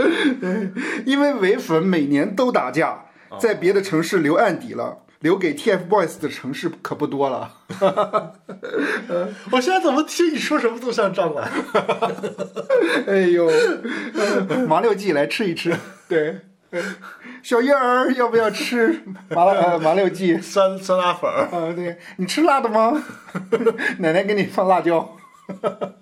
S1: *laughs* 因为伪粉每年都打架，在别的城市留案底了，留给 TFBOYS 的城市可不多了。
S2: 我现在怎么听你说什么都像蟑螂。
S1: 哎呦， *laughs* 麻六记来吃一吃。对，小燕儿要不要吃 *laughs* 麻辣呃麻六记？
S2: 酸酸辣粉儿，
S1: 啊，对你吃辣的吗？ *laughs* 奶奶给你放辣椒。
S2: *laughs*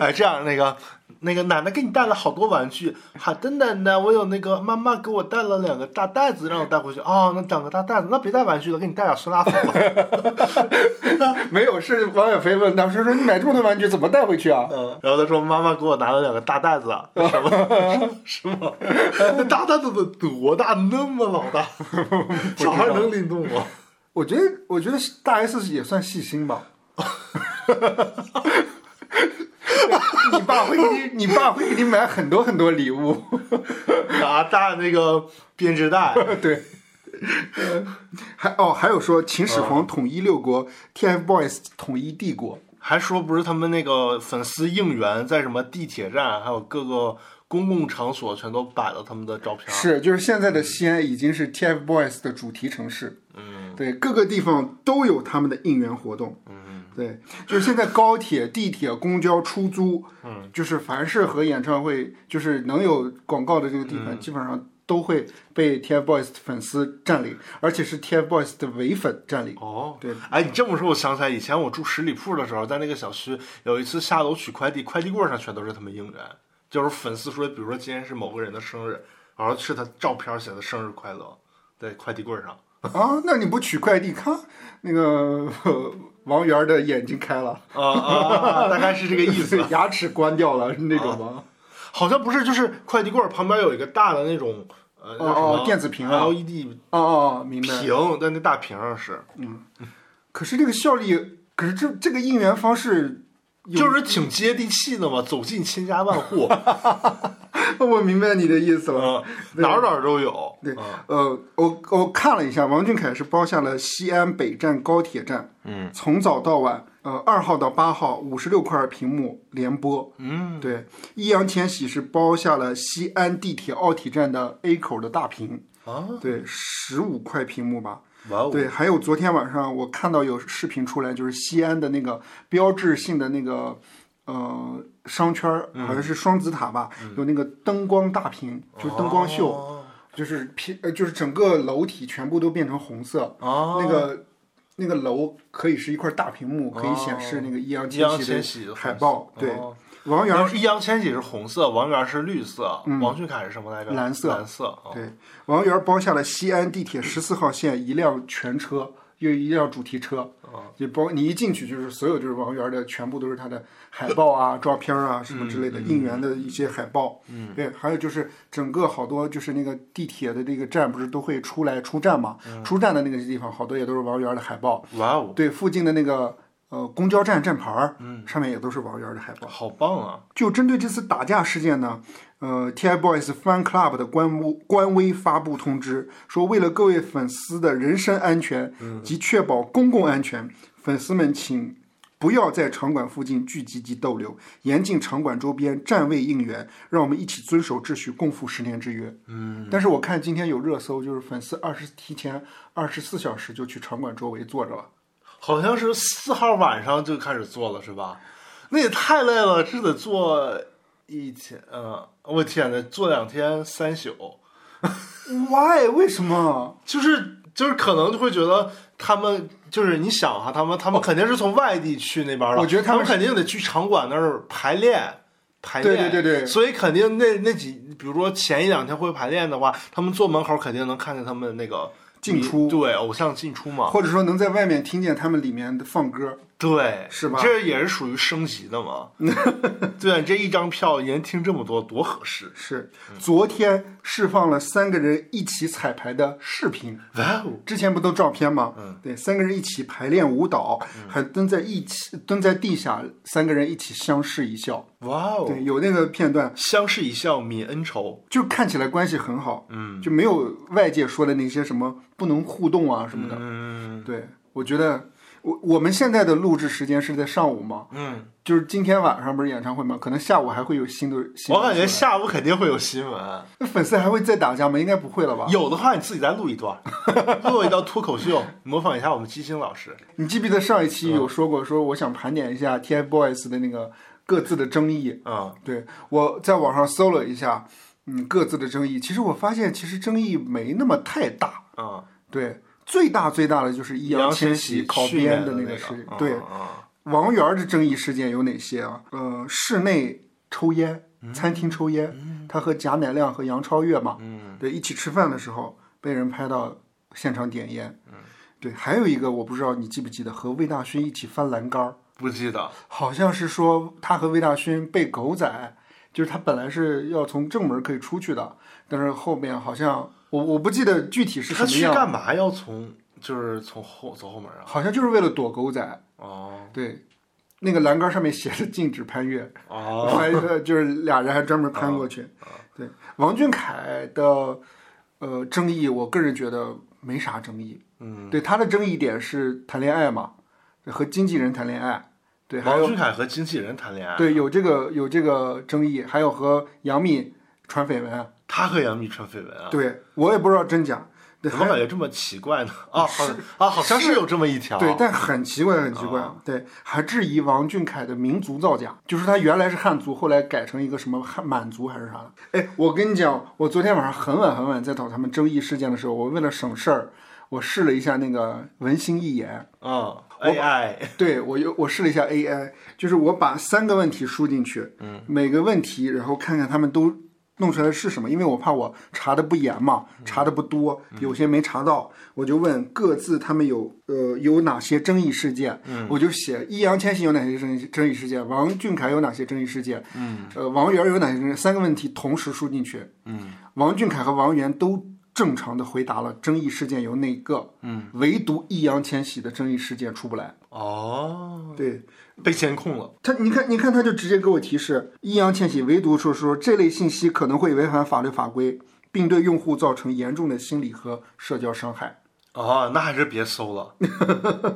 S2: 哎，这样那个那个奶奶给你带了好多玩具，好的奶奶，我有那个妈妈给我带了两个大袋子，让我带回去。哦，那两个大袋子，那别带玩具了，给你带点酸辣粉吧。
S1: *laughs* 没有，是王小飞问他说说你买这么多玩具怎么带回去啊？
S2: 嗯，然后他说妈妈给我拿了两个大袋子，啊什么什么，那大袋子得多大？那么老大，小孩能拎动吗？
S1: 我觉得，我觉得大 S 也算细心吧。 *laughs* 你爸会给你，你爸会给你买很多很多礼物。
S2: 拿啊大那个编织袋，
S1: *laughs* 对，还哦，还有说秦始皇统一六国、t f b o y s 统一帝国。
S2: 还说不是他们那个粉丝应援，在什么地铁站，还有各个公共场所，全都摆了他们的照片。
S1: 是，就是现在的西安已经是 TFBOYS 的主题城市。嗯，对，各个地方都有他们的应援活动。嗯，对，就是现在高铁、地铁、公交、出租，嗯，就是凡是和演唱会就是能有广告的这个地方，基本上都会被 TFBOYS 粉丝占领，而且是 TFBOYS 的伪粉占领。
S2: 哦，
S1: 对，
S2: 哎，你这么说，我想起来以前我住十里铺的时候，在那个小区有一次下楼取快递，快递柜上全都是他们应援，就是粉丝说，比如说今天是某个人的生日，然后是他照片写的生日快乐，在快递柜上。
S1: 啊，那你不取快递，看那个 *laughs* 呃王源的眼睛开了，
S2: 啊啊，大概是这个意思。
S1: *laughs* 牙齿关掉了是那种吗？
S2: 好像不是，就是快递柜儿旁边有一个大的那种呃叫什
S1: 哦
S2: 么
S1: 电子屏啊
S2: LED
S1: 哦哦，明白。
S2: 屏，在那大屏上是，
S1: 可是这个效力，可是这这个应援方式， *laughs*
S2: 就是挺接地气的嘛，走进千家万
S1: *laughs*
S2: 户，
S1: 我明白你的意思了。
S2: 嗯，哪儿哪儿都有。
S1: 对
S2: 嗯
S1: 呃，我我看了一下，王俊凯是包下了西安北站高铁站，嗯，从早到晚，呃，二号到八号五十六块屏幕连播，嗯，对，易烊千玺是包下了西安地铁奥体站的 A 口的大屏，
S2: 啊，
S1: 对，十五块屏幕吧，
S2: 哇哦，
S1: 对，还有昨天晚上我看到有视频出来，就是西安的那个标志性的那个呃商圈儿，
S2: 嗯
S1: 好像是双子塔吧，有那个灯光大屏，就是灯光秀，
S2: 哦
S1: 就是屏呃就是整个楼体全部都变成红色，
S2: 啊，
S1: 那个那个楼可以是一块大屏幕，可以显
S2: 哦
S1: 示那个易烊
S2: 易烊
S1: 千
S2: 千
S1: 玺
S2: 玺
S1: 的
S2: 的
S1: 海报，对，
S2: 哦
S1: 王源嗯
S2: 然后易烊千玺是红色，王源是绿色，王俊凯是什么来着？
S1: 蓝色
S2: 蓝色。哦
S1: 对，王源包下了西安地铁十四号线一辆全车，又一辆主题车，就包你一进去就是所有就是王源的全部都是他的海报啊、照片啊什么之类的应援的一些海报。嗯，对，还有就是整个好多就是那个地铁的这个站不是都会出来出站嘛，出站的那个地方好多也都是王源的海报。
S2: 哇哦，
S1: 对，附近的那个。呃，公交站站牌儿，上面也都是王源的海报。
S2: 好棒啊！
S1: 就针对这次打架事件呢，呃，TFBOYS Fan Club 的官微官微发布通知说，为了各位粉丝的人身安全及确保公共安全，粉丝们请不要在场馆附近聚集及逗留，严禁场馆周边站位应援，让我们一起遵守秩序，共赴十年之约。嗯，但是我看今天有热搜，就是粉丝二十提前二十四小时就去场馆周围坐着了。
S2: 好像是四号晚上就开始做了，是吧？那也太累了，这得做一天，呃，我天呐，做两天三宿，
S1: Why？为什么？
S2: 就是就是可能就会觉得他们就是你想哈，他们他们肯定是从外地去那边了，
S1: 哦我觉得他们
S2: 他们肯定得去场馆那儿排练。排练，
S1: 对对对对
S2: 所以肯定那那几，比如说前一两天会排练的话，他们坐门口肯定能看见他们那个
S1: 进出
S2: 对偶像进出嘛。
S1: 或者说能在外面听见他们里面的放歌，
S2: 对，
S1: 是吧
S2: 这也是属于升级
S1: *laughs*
S2: 的嘛？对啊，你这一张票，人听这么多，多合
S1: *laughs*
S2: 适！
S1: 是
S2: 嗯
S1: 昨天释放了三个人一起彩排的视频，
S2: 哇哦，
S1: 之前不都照片吗？嗯，对，三个人一起排练舞蹈，
S2: 嗯
S1: 还蹲在一起蹲在地下，三个人一起相视一笑。
S2: 哇哦，
S1: 对，有那个片段，
S2: 相视一笑泯恩仇，
S1: 就看起来关系很好，嗯，就没有外界说的那些什么不能互动啊什么的。
S2: 嗯，
S1: 对，我觉得我我们现在的录制时间是在上午嘛，
S2: 嗯，
S1: 就是今天晚上不是演唱会嘛，可能下午还会有新的新
S2: 我
S1: 的。
S2: 感觉下午肯定会有新闻，
S1: 那粉丝还会再打架吗？应该不会了吧？
S2: 有的话你自己再录一段， *laughs* 录一段脱口
S1: *laughs*
S2: 秀，模仿一下我们基星老师。
S1: 你记不记得上一期有说过，说我想盘点一下 TFBOYS 的那个各自的争议？
S2: 嗯，
S1: 对我在网上搜了一下，嗯，各自的争议，其实我发现其实争议没那么太大。
S2: 嗯，
S1: 对，最大最大的就是易烊千玺考
S2: 去年
S1: 编
S2: 的
S1: 那个啊
S2: 个
S1: 事情
S2: 嗯。
S1: 对，
S2: 嗯
S1: 王源儿的争议事件有哪些啊？呃，室内抽烟，餐厅抽烟，他和贾乃亮和杨超越嘛，
S2: 嗯
S1: 对，一起吃饭的时候被人拍到现场点烟。
S2: 嗯
S1: 对，还有一个我不知道你记不记得，和魏大勋一起翻栏杆儿，
S2: 不记得，
S1: 好像是说他和魏大勋被狗仔，就是他本来是要从正门可以出去的，但是后面好像我我不记得具体是什
S2: 他
S1: 么
S2: 去
S1: 样，
S2: 干嘛要从就是从后走后门啊？
S1: 好像就是为了躲狗仔。 *laughs*
S2: 哦
S1: 对，那个栏杆上面写着禁止攀越。
S2: 哦，
S1: 还就是俩人还专门攀过去。对，王俊凯的呃争议，我个人觉得没啥争议。
S2: 嗯，
S1: 对他的争议点是谈恋爱嘛，和经纪人谈恋爱。对，还
S2: 王
S1: 有
S2: 俊凯和经纪人谈恋爱，
S1: 对有这个有这个争议，还有和杨幂传绯闻。
S2: 他和杨幂传绯闻啊？
S1: 对我也不知道真假。对，
S2: 怎么
S1: 还
S2: 感觉这么奇怪呢？啊，好
S1: 是
S2: 啊，好像
S1: 是
S2: 是有这么一条。
S1: 对，但很奇怪，很奇怪。对，还质疑王俊凯的民族造假，就是他原来是汉族，后来改成一个什么汉满族还是啥的。哎，我跟你讲，我昨天晚上很晚很晚在找他们争议事件的时候，我为了省事儿，我试了一下那个文心一言，
S2: 嗯，AI
S1: *laughs* 对我又我试了一下 AI，就是我把三个问题输进去，嗯，每个问题然后看看他们都弄出来是什么，因为我怕我查的不严嘛，查的不多，有些没查到，我就问各自他们有呃有哪些争议事件，嗯，我就写易烊千玺有哪些争议争议事件，王俊凯有哪些争议事件，嗯，呃，王源有哪些争议，三个问题同时输进去，嗯，王俊凯和王源都。正常的回答了争议事件有哪个？嗯，唯独易烊千玺的争议事件出不来。
S2: 哦，
S1: 对
S2: 被监控了。
S1: 他，你看，你看，他就直接给我提示，易烊千玺唯独说说这类信息可能会违反法律法规，并对用户造成严重的心理和社交伤害。
S2: 哦，那还是别搜了，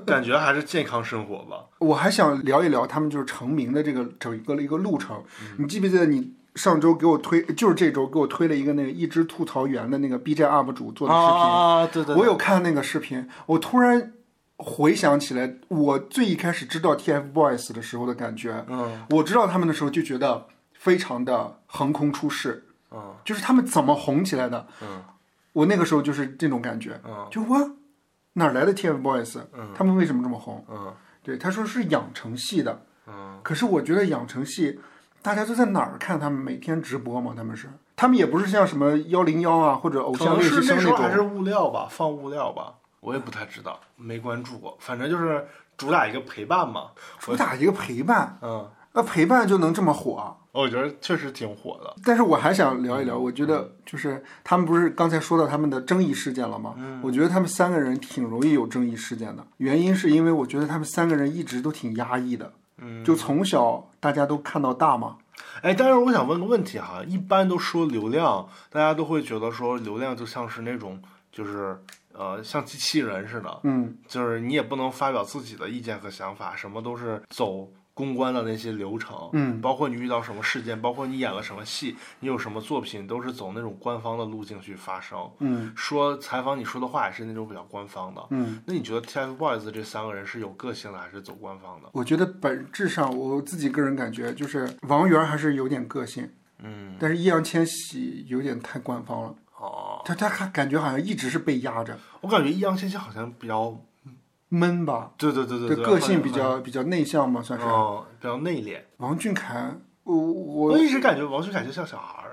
S2: 感觉还是健康生活吧。
S1: 我还想聊一聊他们就是成名的这个整个的一个路程。你记不记得你上周给我推，就是这周给我推了一个那个一只吐槽员的那个 B 站 UP 主做的视频？
S2: 啊，对对，
S1: 我有看那个视频，我突然回想起来，我最一开始知道 TFBOYS 的时候的感觉。
S2: 嗯，
S1: 我知道他们的时候就觉得非常的横空出世。
S2: 嗯，
S1: 就是他们怎么红起来的？
S2: 嗯，
S1: 我那个时候就是这种感觉。
S2: 嗯，
S1: 就哇，哪来的 TFBOYS？
S2: 嗯，
S1: 他们为什么这么红？
S2: 嗯
S1: 对，他说是养成系的，
S2: 嗯，
S1: 可是我觉得养成系，大家都在哪儿看他们每天直播吗？他们是，他们也不是像什么幺零幺啊或者偶
S2: 可
S1: 像
S2: 能
S1: 练习
S2: 是
S1: 生
S2: 那时候
S1: 种
S2: 还是物料吧，放物料吧，我也不太知道，没关注过。反正就是主打一个陪伴嘛。
S1: 主打一个陪伴，
S2: 嗯，
S1: 那陪伴就能这么火？
S2: 我觉得确实挺火的。
S1: 但是我还想聊一聊，我觉得就是他们不是刚才说到他们的争议事件了吗？
S2: 嗯
S1: 我觉得他们三个人挺容易有争议事件的，原因是因为我觉得他们三个人一直都挺压抑的，
S2: 嗯
S1: 就从小大家都看到大嘛，
S2: 哎，但是我想问个问题哈，一般都说流量，大家都会觉得说流量就像是那种就是呃像机器人似的，
S1: 嗯，
S2: 就是你也不能发表自己的意见和想法，什么都是走公关的那些流程，
S1: 嗯，
S2: 包括你遇到什么事件，包括你演了什么戏，你有什么作品，都是走那种官方的路径去发声，
S1: 嗯，
S2: 说采访你说的话也是那种比较官方的，
S1: 嗯，
S2: 那你觉得 TFBOYS 这三个人是有个性的，还是走官方的？
S1: 我觉得本质上我自己个人感觉就是王源还是有点个性，
S2: 嗯，
S1: 但是易烊千玺有点太官方了，
S2: 哦，
S1: 他他还感觉好像一直是被压着，
S2: 我感觉易烊千玺好像比较，
S1: 闷吧，
S2: 对对对对，
S1: 个性比
S2: 好像
S1: 较比较内向嘛，算是。
S2: 嗯，比较内敛。
S1: 王俊凯，我我
S2: 我一直感觉王俊凯就像小孩儿，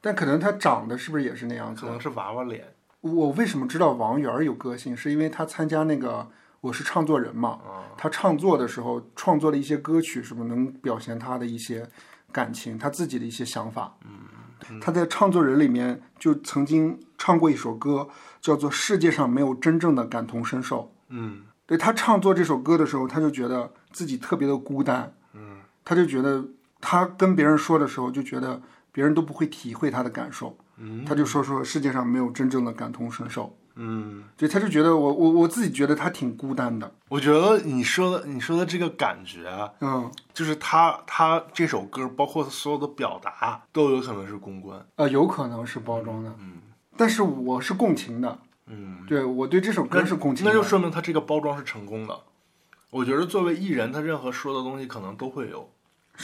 S1: 但可能他长得是不是也是那样子
S2: 可？能是娃娃脸。
S1: 我为什么知道王源儿有个性，是因为他参加那个《我是唱作人嘛，他唱作的时候创作了一些歌曲，是不是能表现他的一些感情，他自己的一些想法？嗯，他在唱作人里面就曾经唱过一首歌，叫做《世界上没有真正的感同身受》。
S2: 嗯
S1: 对他唱作这首歌的时候，他就觉得自己特别的孤单，嗯，他就觉得他跟别人说的时候，就觉得别人都不会体会他的感受，
S2: 嗯，
S1: 他就说说世界上没有真正的感同身受，
S2: 嗯，
S1: 对，他就觉得我我我自己觉得他挺孤单的，
S2: 我觉得你说的你说的这个感觉啊，
S1: 嗯，
S2: 就是他他这首歌，包括所有的表达，都有可能是公关。
S1: 呃，有可能是包装的，嗯，但是我是共情的，
S2: 嗯，
S1: 对我对这首歌是共情
S2: 那
S1: 的，
S2: 就说明他这个包装是成功的。我觉得作为艺人，他任何说的东西可能都会有，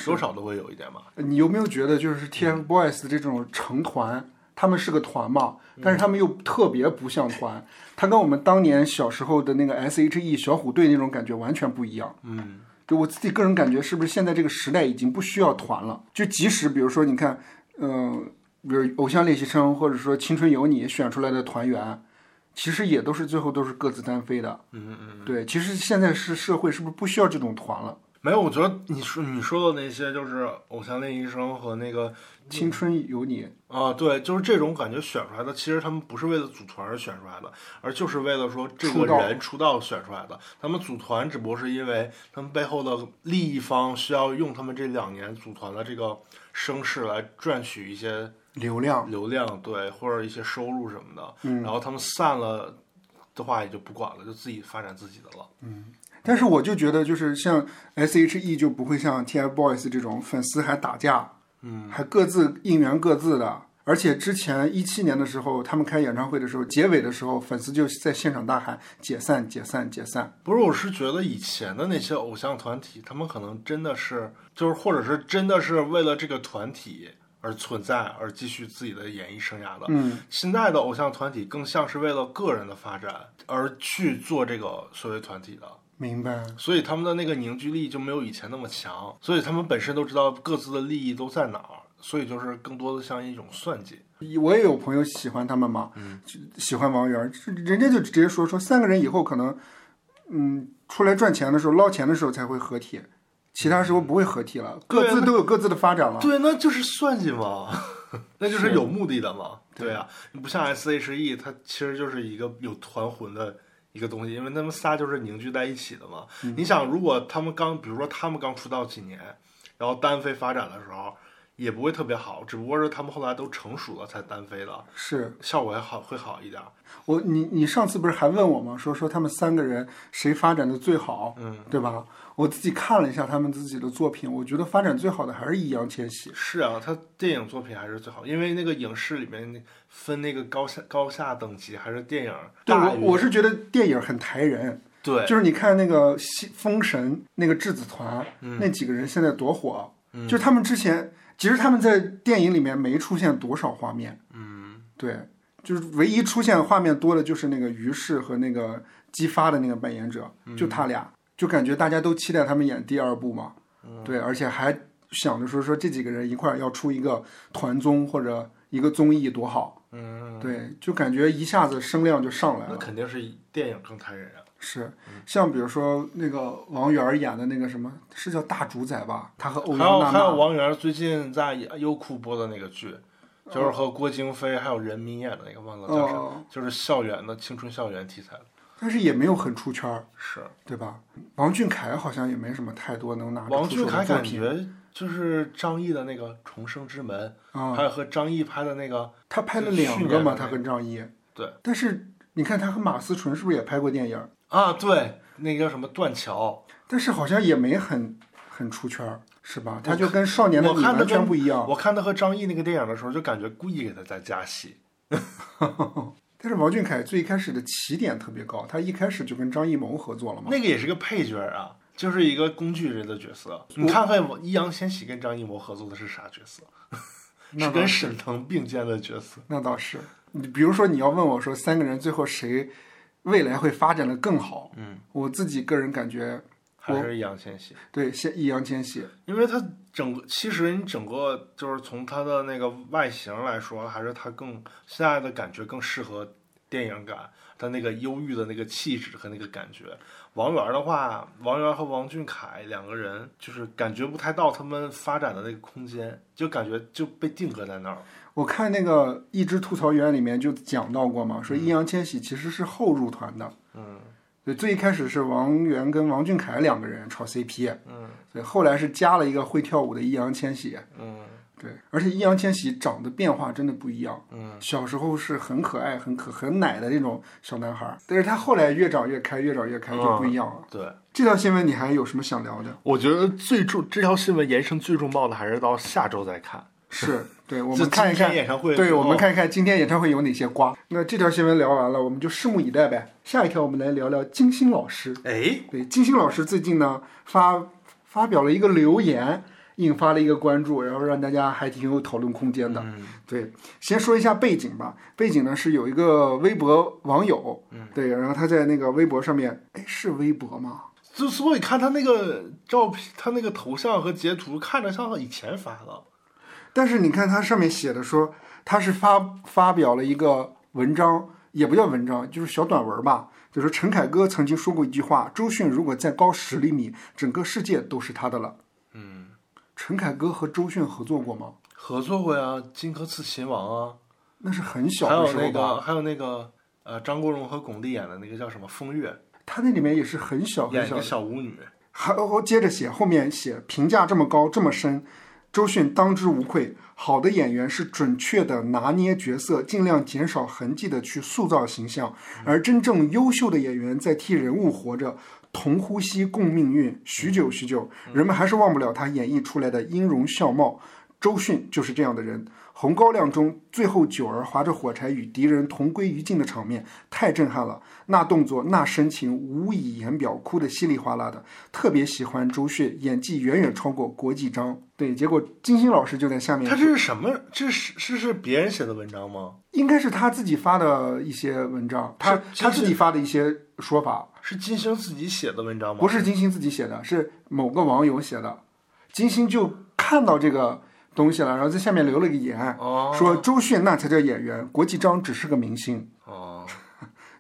S2: 多少都会有一点吧。
S1: 你有没有觉得就是
S2: 嗯
S1: TFBOYS 这种成团，他们是个团嘛，
S2: 嗯
S1: 但是他们又特别不像团，他跟我们当年小时候的那个 S.H.E 小虎队那种感觉完全不一样。
S2: 嗯
S1: 对我自己个人感觉，是不是现在这个时代已经不需要团了？就即使比如说你看，嗯、比如《偶像练习生》或者说《青春有你》选出来的团员，其实也都是最后都是各自单飞的。
S2: 嗯嗯，
S1: 对，其实现在是社会是不是不需要这种团了？
S2: 没有，我觉得你说你说的那些就是《偶像练习生》和那个
S1: 青春有你，
S2: 啊，对，就是这种感觉选出来的，其实他们不是为了组团而选出来的，而就是为了说这个
S1: 出道
S2: 人出道选出来的。他们组团只不过是因为他们背后的利益方需要用他们这两年组团的这个声势来赚取一些
S1: 流量，
S2: 流量，对，或者一些收入什么的。
S1: 嗯
S2: 然后他们散了的话，也就不管了，就自己发展自己的了。
S1: 但是我就觉得，就是像 S.H.E 就不会像 TFBOYS 这种粉丝还打架，嗯，还各自应援各自的。而且之前一七年的时候，他们开演唱会的时候，结尾的时候，粉丝就在现场大喊“解散，解散，解散
S2: 不是，我是觉得以前的那些偶像团体，他们可能真的是，就是或者是真的是为了这个团体而存在，而继续自己的演艺生涯的”。。
S1: 嗯，
S2: 现在的偶像团体更像是为了个人的发展而去做这个所谓团体的，
S1: 明白。
S2: 所以他们的那个凝聚力就没有以前那么强，所以他们本身都知道各自的利益都在哪儿，所以就是更多的像一种算计。
S1: 我也有朋友喜欢他们嘛，
S2: 嗯
S1: 就喜欢王源儿，就人家就直接说说三个人以后可能，嗯，出来赚钱的时候、捞钱的时候才会合体，其他时候不会合体了，各
S2: 对
S1: 自都有各自的发展了。
S2: 对，那就是算计
S1: *laughs*
S2: 嘛，那就是
S1: 啊是
S2: 有目的的嘛。
S1: 对
S2: 对啊，你不像 S.H.E，它其实就是一个有团魂的一个东西，因为他们仨就是凝聚在一起的嘛。
S1: 嗯
S2: 你想，如果他们刚，比如说他们刚出道几年，然后单飞发展的时候，也不会特别好，只不过是他们后来都成熟了才单飞的，
S1: 是，
S2: 效果也好会好一点。
S1: 我你你上次不是还问我吗？说说他们三个人谁发展的最好，
S2: 嗯，
S1: 对吧？我自己看了一下他们自己的作品，我觉得发展最好的还是易烊千玺。
S2: 是啊，他电影作品还是最好，因为那个影视里面那分那个高下高下等级，还是电影
S1: 对
S2: 大
S1: 我
S2: 于
S1: 我是觉得电影很抬人，
S2: 对
S1: 就是你看那个西封神那个质子团、
S2: 嗯
S1: 那几个人现在多火，
S2: 嗯
S1: 就是他们之前其实他们在电影里面没出现多少画面，
S2: 嗯
S1: 对，就是唯一出现画面多的就是那个于适和那个姬发的那个扮演者，
S2: 嗯
S1: 就他俩，就感觉大家都期待他们演第二部嘛，
S2: 嗯
S1: 对，而且还想着说说这几个人一块儿要出一个团综或者一个综艺多好，
S2: 嗯。
S1: 对，就感觉一下子声量就上来
S2: 那
S1: 了。
S2: 肯定是电影更抬人啊。
S1: 是，像比如说那个王源儿演的那个什么，是叫大主宰吧？他和欧阳
S2: 还有
S1: 娜
S2: 还有
S1: 娜，
S2: 王源最近在优酷播的那个剧，
S1: 嗯
S2: 就是和郭京飞还有任敏演的那个，忘了叫啥，
S1: 呃，
S2: 就是校园的青春校园题材的。
S1: 但是也没有很出圈儿，
S2: 是
S1: 对吧？王俊凯好像也没什么太多能拿得
S2: 王
S1: 啊出
S2: 俊
S1: 手的
S2: 凯
S1: 作
S2: 感
S1: 品
S2: 觉就是张译的那个《重生之门》，
S1: 啊、
S2: 还有和张译拍的那个，
S1: 他拍了
S2: 去
S1: 两个
S2: 年
S1: 嘛，
S2: 的
S1: 他
S2: 那
S1: 和张译。
S2: 对
S1: 但是你看他和马思纯是不是也拍过电影儿？
S2: 啊，对，那个叫什么断桥，
S1: 但是好像也没很很出圈儿，是吧？他
S2: 我
S1: 就跟少年的
S2: 我
S1: 你
S2: 看他
S1: 完全
S2: 跟
S1: 不一样。
S2: 我看他和张译那个电影的时候，就感觉故意给他再加戏。
S1: 但是王俊凯最开始的起点特别高，他一开始就跟张艺谋合作了嘛。
S2: 那个也是个配角啊，就是一个工具人的角色。
S1: 嗯
S2: 你看看我易烊千玺跟张艺谋合作的是啥角色？
S1: 那
S2: 是
S1: 倒
S2: 跟
S1: 是，
S2: 沈腾并肩的角色。
S1: 那倒是。你比如说，你要问我说三个人最后谁未来会发展的更好，
S2: 嗯，
S1: 我自己个人感觉，
S2: 还是易烊千玺，
S1: 对，先易烊千玺，
S2: 因为他整个其实你整个就是从他的那个外形来说，还是他更现在的感觉更适合电影感，他那个忧郁的那个气质和那个感觉。王源的话，王源和王俊凯两个人就是感觉不太到他们发展的那个空间，就感觉就被定格在那儿了。
S1: 我看那个《一只吐槽员》里面就讲到过嘛，说易烊千玺其实是后入团的，
S2: 嗯
S1: 对，最一开始是王源跟王俊凯两个人炒 CP，
S2: 嗯
S1: 对，后来是加了一个会跳舞的易烊千玺，
S2: 嗯
S1: 对，而且易烊千玺长得变化真的不一样，
S2: 嗯，
S1: 小时候是很可爱、很可很奶的那种小男孩儿，但是他后来越长越开，越长越开就
S2: 嗯
S1: 不一样了。
S2: 对。
S1: 这条新闻你还有什么想聊的？
S2: 我觉得最重这条新闻延伸最重磅的还是到下周再看。 *laughs*
S1: 是对，我
S2: 就
S1: 们看一
S2: 今天
S1: 看
S2: 演唱会哦之后，
S1: 对，我们看一看今天演唱会有哪些瓜。那这条新闻聊完了，我们就拭目以待呗。下一条我们来聊聊金星老师。
S2: 哎，
S1: 对，金星老师最近呢发发表了一个留言，引发了一个关注，然后让大家还挺有讨论空间的。
S2: 嗯
S1: 对，先说一下背景吧。背景呢是有一个微博网友，
S2: 嗯
S1: 对，然后他在那个微博上面，哎，是微博吗？
S2: 之所以看他那个照片，他那个头像和截图看着像以前发的，
S1: 但是你看他上面写的说，他是发发表了一个文章，也不叫文章，就是小短文吧。就是陈凯歌曾经说过一句话：“周迅如果再高十厘米，整个世界都是他的了。”
S2: 嗯，
S1: 陈凯歌和周迅合作过吗？
S2: 合作过呀，《荆轲刺秦王》啊，
S1: 那是很小
S2: 还
S1: 的
S2: 有
S1: 时候
S2: 那
S1: 吧。
S2: 个还有那个呃，张国荣和巩俐演的那个叫什么《风月
S1: 他那里面也是很小》，很
S2: 演一
S1: 小
S2: 个
S1: 的
S2: 小舞女。
S1: 还我接着写，后面写评价这么高这么深，周迅当之无愧。好的演员是准确的拿捏角色，尽量减少痕迹的去塑造形象，而真正优秀的演员在替人物活着，同呼吸共命运。许久许久，人们还是忘不了他演绎出来的音容笑貌。周迅就是这样的人。红高粱中最后九儿划着火柴与敌人同归于尽的场面太震撼了，那动作那深情无以言表，哭得稀里哗啦的。特别喜欢周迅，演技远远超过郭继章。对，结果金星老师就在下面
S2: 他，这是什么？这是这是别人写的文章吗？
S1: 应该是他自己发的一些文章，他
S2: 是
S1: 他自己发的一些说法，
S2: 是金星自己写的文章吗？
S1: 不是金星自己写的，是某个网友写的。金星就看到这个东西了，然后在下面留了个言，
S2: 哦
S1: 说周迅那才叫演员，郭继章只是个明星。
S2: 哦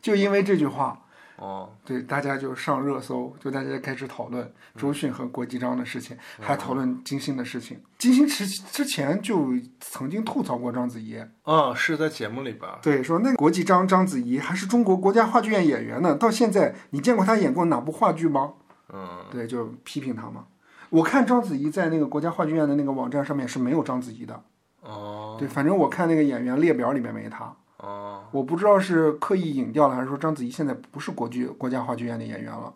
S1: 就因为这句话，
S2: 哦，
S1: 对大家就上热搜，就大家开始讨
S2: 嗯
S1: 论周迅和郭继章的事情，
S2: 哦
S1: 还讨论金星的事情。金星之之前就曾经吐槽过章子怡，
S2: 啊、是在节目里边儿。
S1: 对，说那国际章章子怡还是中国国家话剧院演员呢，到现在你见过她演过哪部话剧吗？
S2: 嗯，
S1: 对，就批评她嘛。我看章子怡在那个国家话剧院的那个网站上面是没有章子怡的，
S2: 哦
S1: 对，反正我看那个演员列表里面没她，
S2: 哦，
S1: 我不知道是刻意隐掉了，还是说章子怡现在不是国剧国家话剧院的演员了。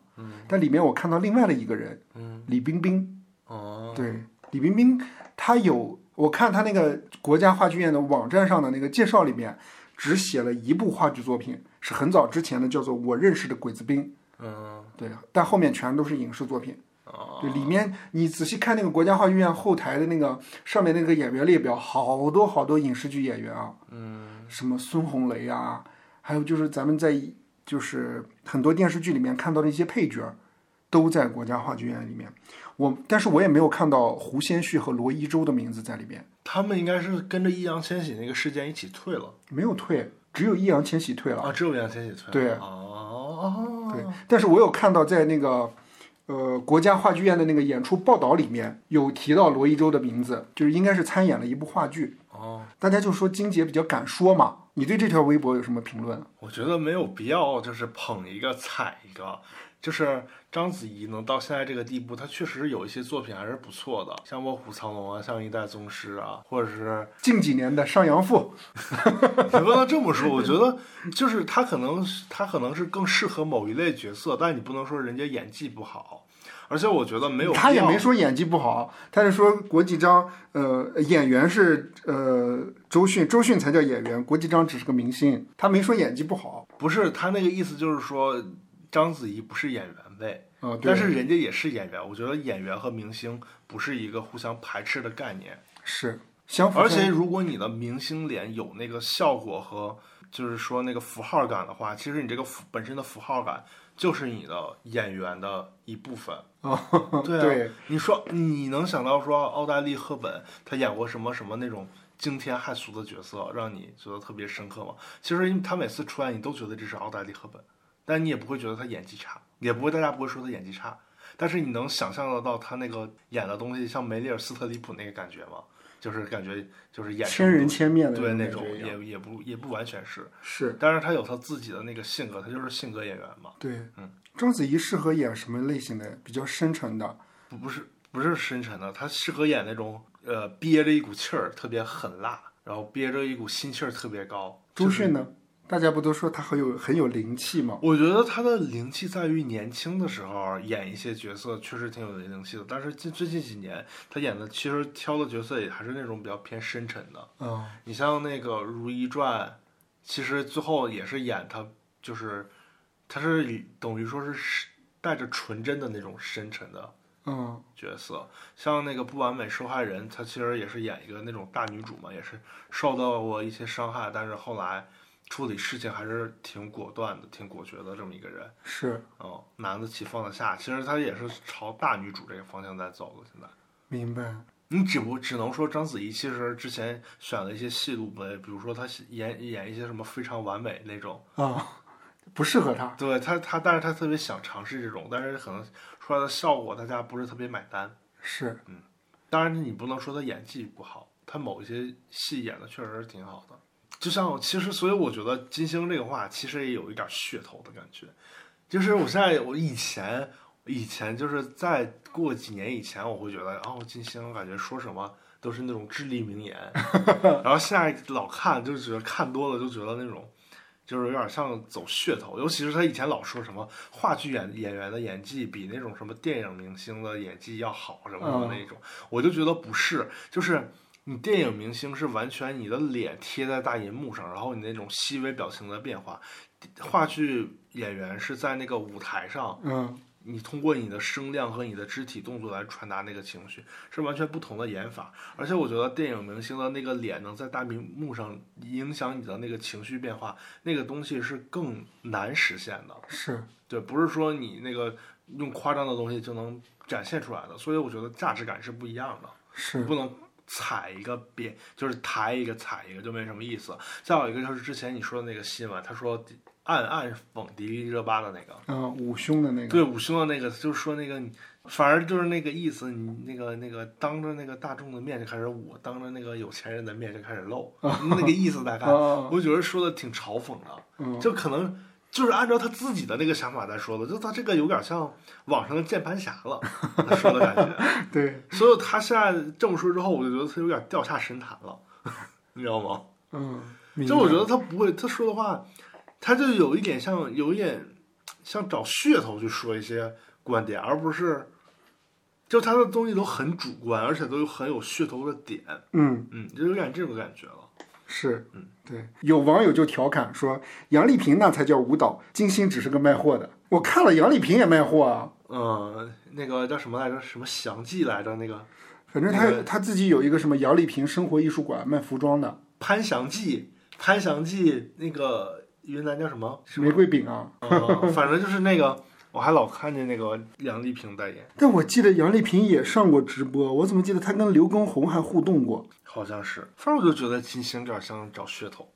S1: 但里面我看到另外的一个人，
S2: 嗯，
S1: 李冰冰，
S2: 哦，
S1: 对，李冰冰她有，我看她那个国家话剧院的网站上的那个介绍里面，只写了一部话剧作品，是很早之前的，叫做《我认识的鬼子兵》。
S2: 嗯，
S1: 对，啊但后面全都是影视作品。
S2: 哦，
S1: 对，里面你仔细看那个国家话剧院后台的那个上面那个演员列表，好多好多影视剧演员啊，
S2: 嗯，
S1: 什么孙红雷啊，还有就是咱们在就是很多电视剧里面看到的一些配角儿，都在国家话剧院里面。我但是我也没有看到胡先煦和罗一舟的名字在里边，
S2: 他们应该是跟着易烊千玺那个事件一起退了
S1: 没有退，只有易烊千玺退了。
S2: 啊，只有易烊千玺退了。
S1: 对
S2: 哦，
S1: 对，但是我有看到在那个呃国家话剧院的那个演出报道里面有提到罗一舟的名字，就是应该是参演了一部话剧。
S2: 哦，
S1: 大家就说金姐比较敢说嘛，你对这条微博有什么评论？
S2: 我觉得没有必要，就是捧一个踩一个。就是章子怡能到现在这个地步，她确实有一些作品还是不错的，像《卧虎藏龙》啊，像《一代宗师》啊，或者
S1: *laughs*
S2: 是
S1: 近几年的《上阳赋
S2: 你不能这么说，我觉得就是他可能是他可能是更适合某一类角色，但你不能说人家演技不好，而且我觉得没有》，
S1: 他也
S2: 必要
S1: 没说演技不好，他是说国际章，呃，演员是呃周迅，周迅才叫演员，国际章只是个明星，他没说演技不好。
S2: 不是他那个意思就是说章子怡不是演员呗，
S1: 啊、对
S2: 但是人家也是演员，我觉得演员和明星不是一个互相排斥的概念，
S1: 是相反，
S2: 而且如果你的明星脸有那个效果和就是说那个符号感的话，其实你这个符本身的符号感就是你的演员的一部分。对啊，
S1: 对
S2: 你说你能想到说奥黛丽·赫本她演过什么什么那种惊天骇俗的角色，让你觉得特别深刻吗？其实他每次出来，你都觉得这是奥黛丽·赫本，但你也不会觉得他演技差，也不会大家不会说他演技差，但是你能想象得到他那个演的东西，像梅丽尔·斯特里普那个感觉吗？就是感觉就是演
S1: 千人千面的
S2: 对
S1: 那
S2: 种
S1: 感觉一样
S2: 也也不也不完全是，
S1: 是
S2: 但是他有他自己的那个性格，他就是性格演员嘛，
S1: 对
S2: 嗯。
S1: 章子怡适合演什么类型的？比较深沉的，
S2: 不不是不是深沉的，他适合演那种呃憋着一股气儿特别狠辣，然后憋着一股心气儿特别高。
S1: 周
S2: 就是
S1: 迅呢？大家不都说她很有很有灵气吗？
S2: 我觉得他的灵气在于年轻的时候啊演一些角色确实挺有灵气的，但是近最近几年他演的其实挑的角色也还是那种比较偏深沉的。
S1: 啊、
S2: 你像那个《如懿传》，其实最后也是演他，就是他是以等于说是带着纯真的那种深沉的
S1: 嗯，
S2: 角色，像那个不完美受害人，她其实也是演一个那种大女主嘛，也是受到过一些伤害，但是后来处理事情还是挺果断的、挺果决的这么一个人。
S1: 是
S2: 哦，男得起放得下，其实她也是朝大女主这个方向在走的。现在，
S1: 明白。
S2: 你只不只能说章子怡其实之前选了一些戏路呗，比如说她演演一些什么非常完美那种，
S1: 啊，不适合他。
S2: 对她她，但是她特别想尝试这种，但是可能出来的效果大家不是特别买单。
S1: 是
S2: 当然，你不能说他演技不好，他某一些戏演的确实是挺好的。就像其实，所以我觉得金星这个话其实也有一点噱头的感觉。就是我现在，我以前以前就是再过几年以前，我会觉得哦，金星感觉说什么都是那种至理名言，然后现在老看就觉得看多了就觉得那种。就是有点像走噱头，尤其是他以前老说什么话剧演演员的演技比那种什么电影明星的演技要好什么什么那种，我就觉得不是，就是你电影明星是完全你的脸贴在大银幕上，然后你那种细微表情的变化，话剧演员是在那个舞台上，
S1: 嗯，
S2: 你通过你的声量和你的肢体动作来传达那个情绪，是完全不同的演法。而且我觉得电影明星的那个脸能在大屏幕上影响你的那个情绪变化，那个东西是更难实现的。
S1: 是
S2: 对，不是说你那个用夸张的东西就能展现出来的。所以我觉得价值感是不一样的。
S1: 是
S2: 不能踩一个别，就是抬一个踩一个就没什么意思。再有一个就是之前你说的那个新闻，他说暗暗讽迪丽热巴的那个，
S1: 啊，五胸的那个
S2: 对武胸的那个，就是说那个你，反而就是那个意思，你那个那个当着那个大众的面就开始舞，当着那个有钱人的面就开始露，那个意思大概，
S1: 啊，
S2: 我觉得说的挺嘲讽的，
S1: 嗯，
S2: 就可能。就是按照他自己的那个想法在说的，就他这个有点像网上的键盘侠了，他说的感觉。
S1: 对，
S2: 所以他现在这么说之后，我就觉得他有点掉下神坛了，你知道吗？
S1: 嗯，
S2: 就我觉
S1: 明白
S2: 得他不会，他说的话，他就有一点像，有一点像找噱头去说一些观点，而不是，就他的东西都很主观，而且都有很有噱头的点，
S1: 嗯
S2: 嗯，就有点这种感觉了。
S1: 是
S2: 嗯，
S1: 对，有网友就调侃说杨丽萍那才叫舞蹈，金星只是个卖货的。我看了杨丽萍也卖货啊，
S2: 嗯，那个叫什么来着？什么详记来着？那个
S1: 反正她
S2: 那个
S1: 她自己有一个什么杨丽萍生活艺术馆卖服装的，
S2: 潘祥记，潘祥记，那个云南叫什么？
S1: 玫瑰饼啊。
S2: 嗯，反正就是那个，我还老看见那个杨丽萍代言。
S1: 但我记得杨丽萍也上过直播，我怎么记得她跟刘畊宏还互动过，
S2: 好像是，反正我就觉得金星有点像找噱头、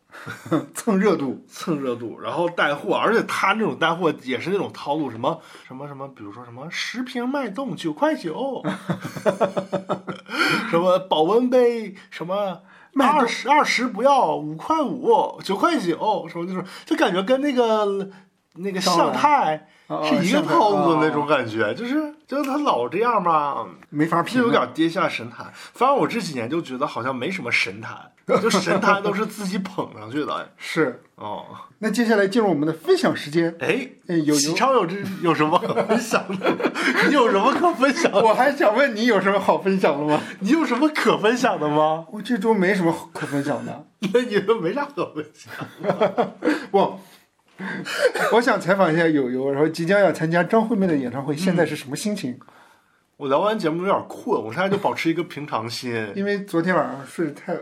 S1: 蹭热度？
S2: 蹭热度，然后带货，而且他那种带货也是那种套路，什么什么什么，比如说什么十瓶脉动九块九，什么保温杯什么。二十二十不要，五块五，九块九，什么那种，就感觉跟那个那个
S1: 当然
S2: 向太
S1: 啊
S2: 是一个套路的那，
S1: 啊
S2: 种感觉，就是就是他老这样吧，
S1: 没法
S2: 是
S1: 评
S2: 有
S1: 论。
S2: 点跌下神坛。反正我这几年就觉得好像没什么神坛，就神坛都是自己捧上去的。哎
S1: 是。
S2: 哦，
S1: 那接下来进入我们的分享时间。
S2: 哎，
S1: 哎，有
S2: 启
S1: 有，
S2: 超有这有什么可分享的？你有什么可分享？
S1: *laughs* 我还想问你有什么好分享的吗？
S2: 你有什么可分享的吗？ *laughs*
S1: 我这周没什么好可分享的。 *laughs*
S2: 那你都没啥可分享。
S1: 不， *laughs* 我想采访一下友友，然后即将要参加张惠妹的演唱会，
S2: 嗯
S1: 现在是什么心情？
S2: 我聊完节目有点困，我现在就保持一个平常心。
S1: 因为昨天晚上睡得太，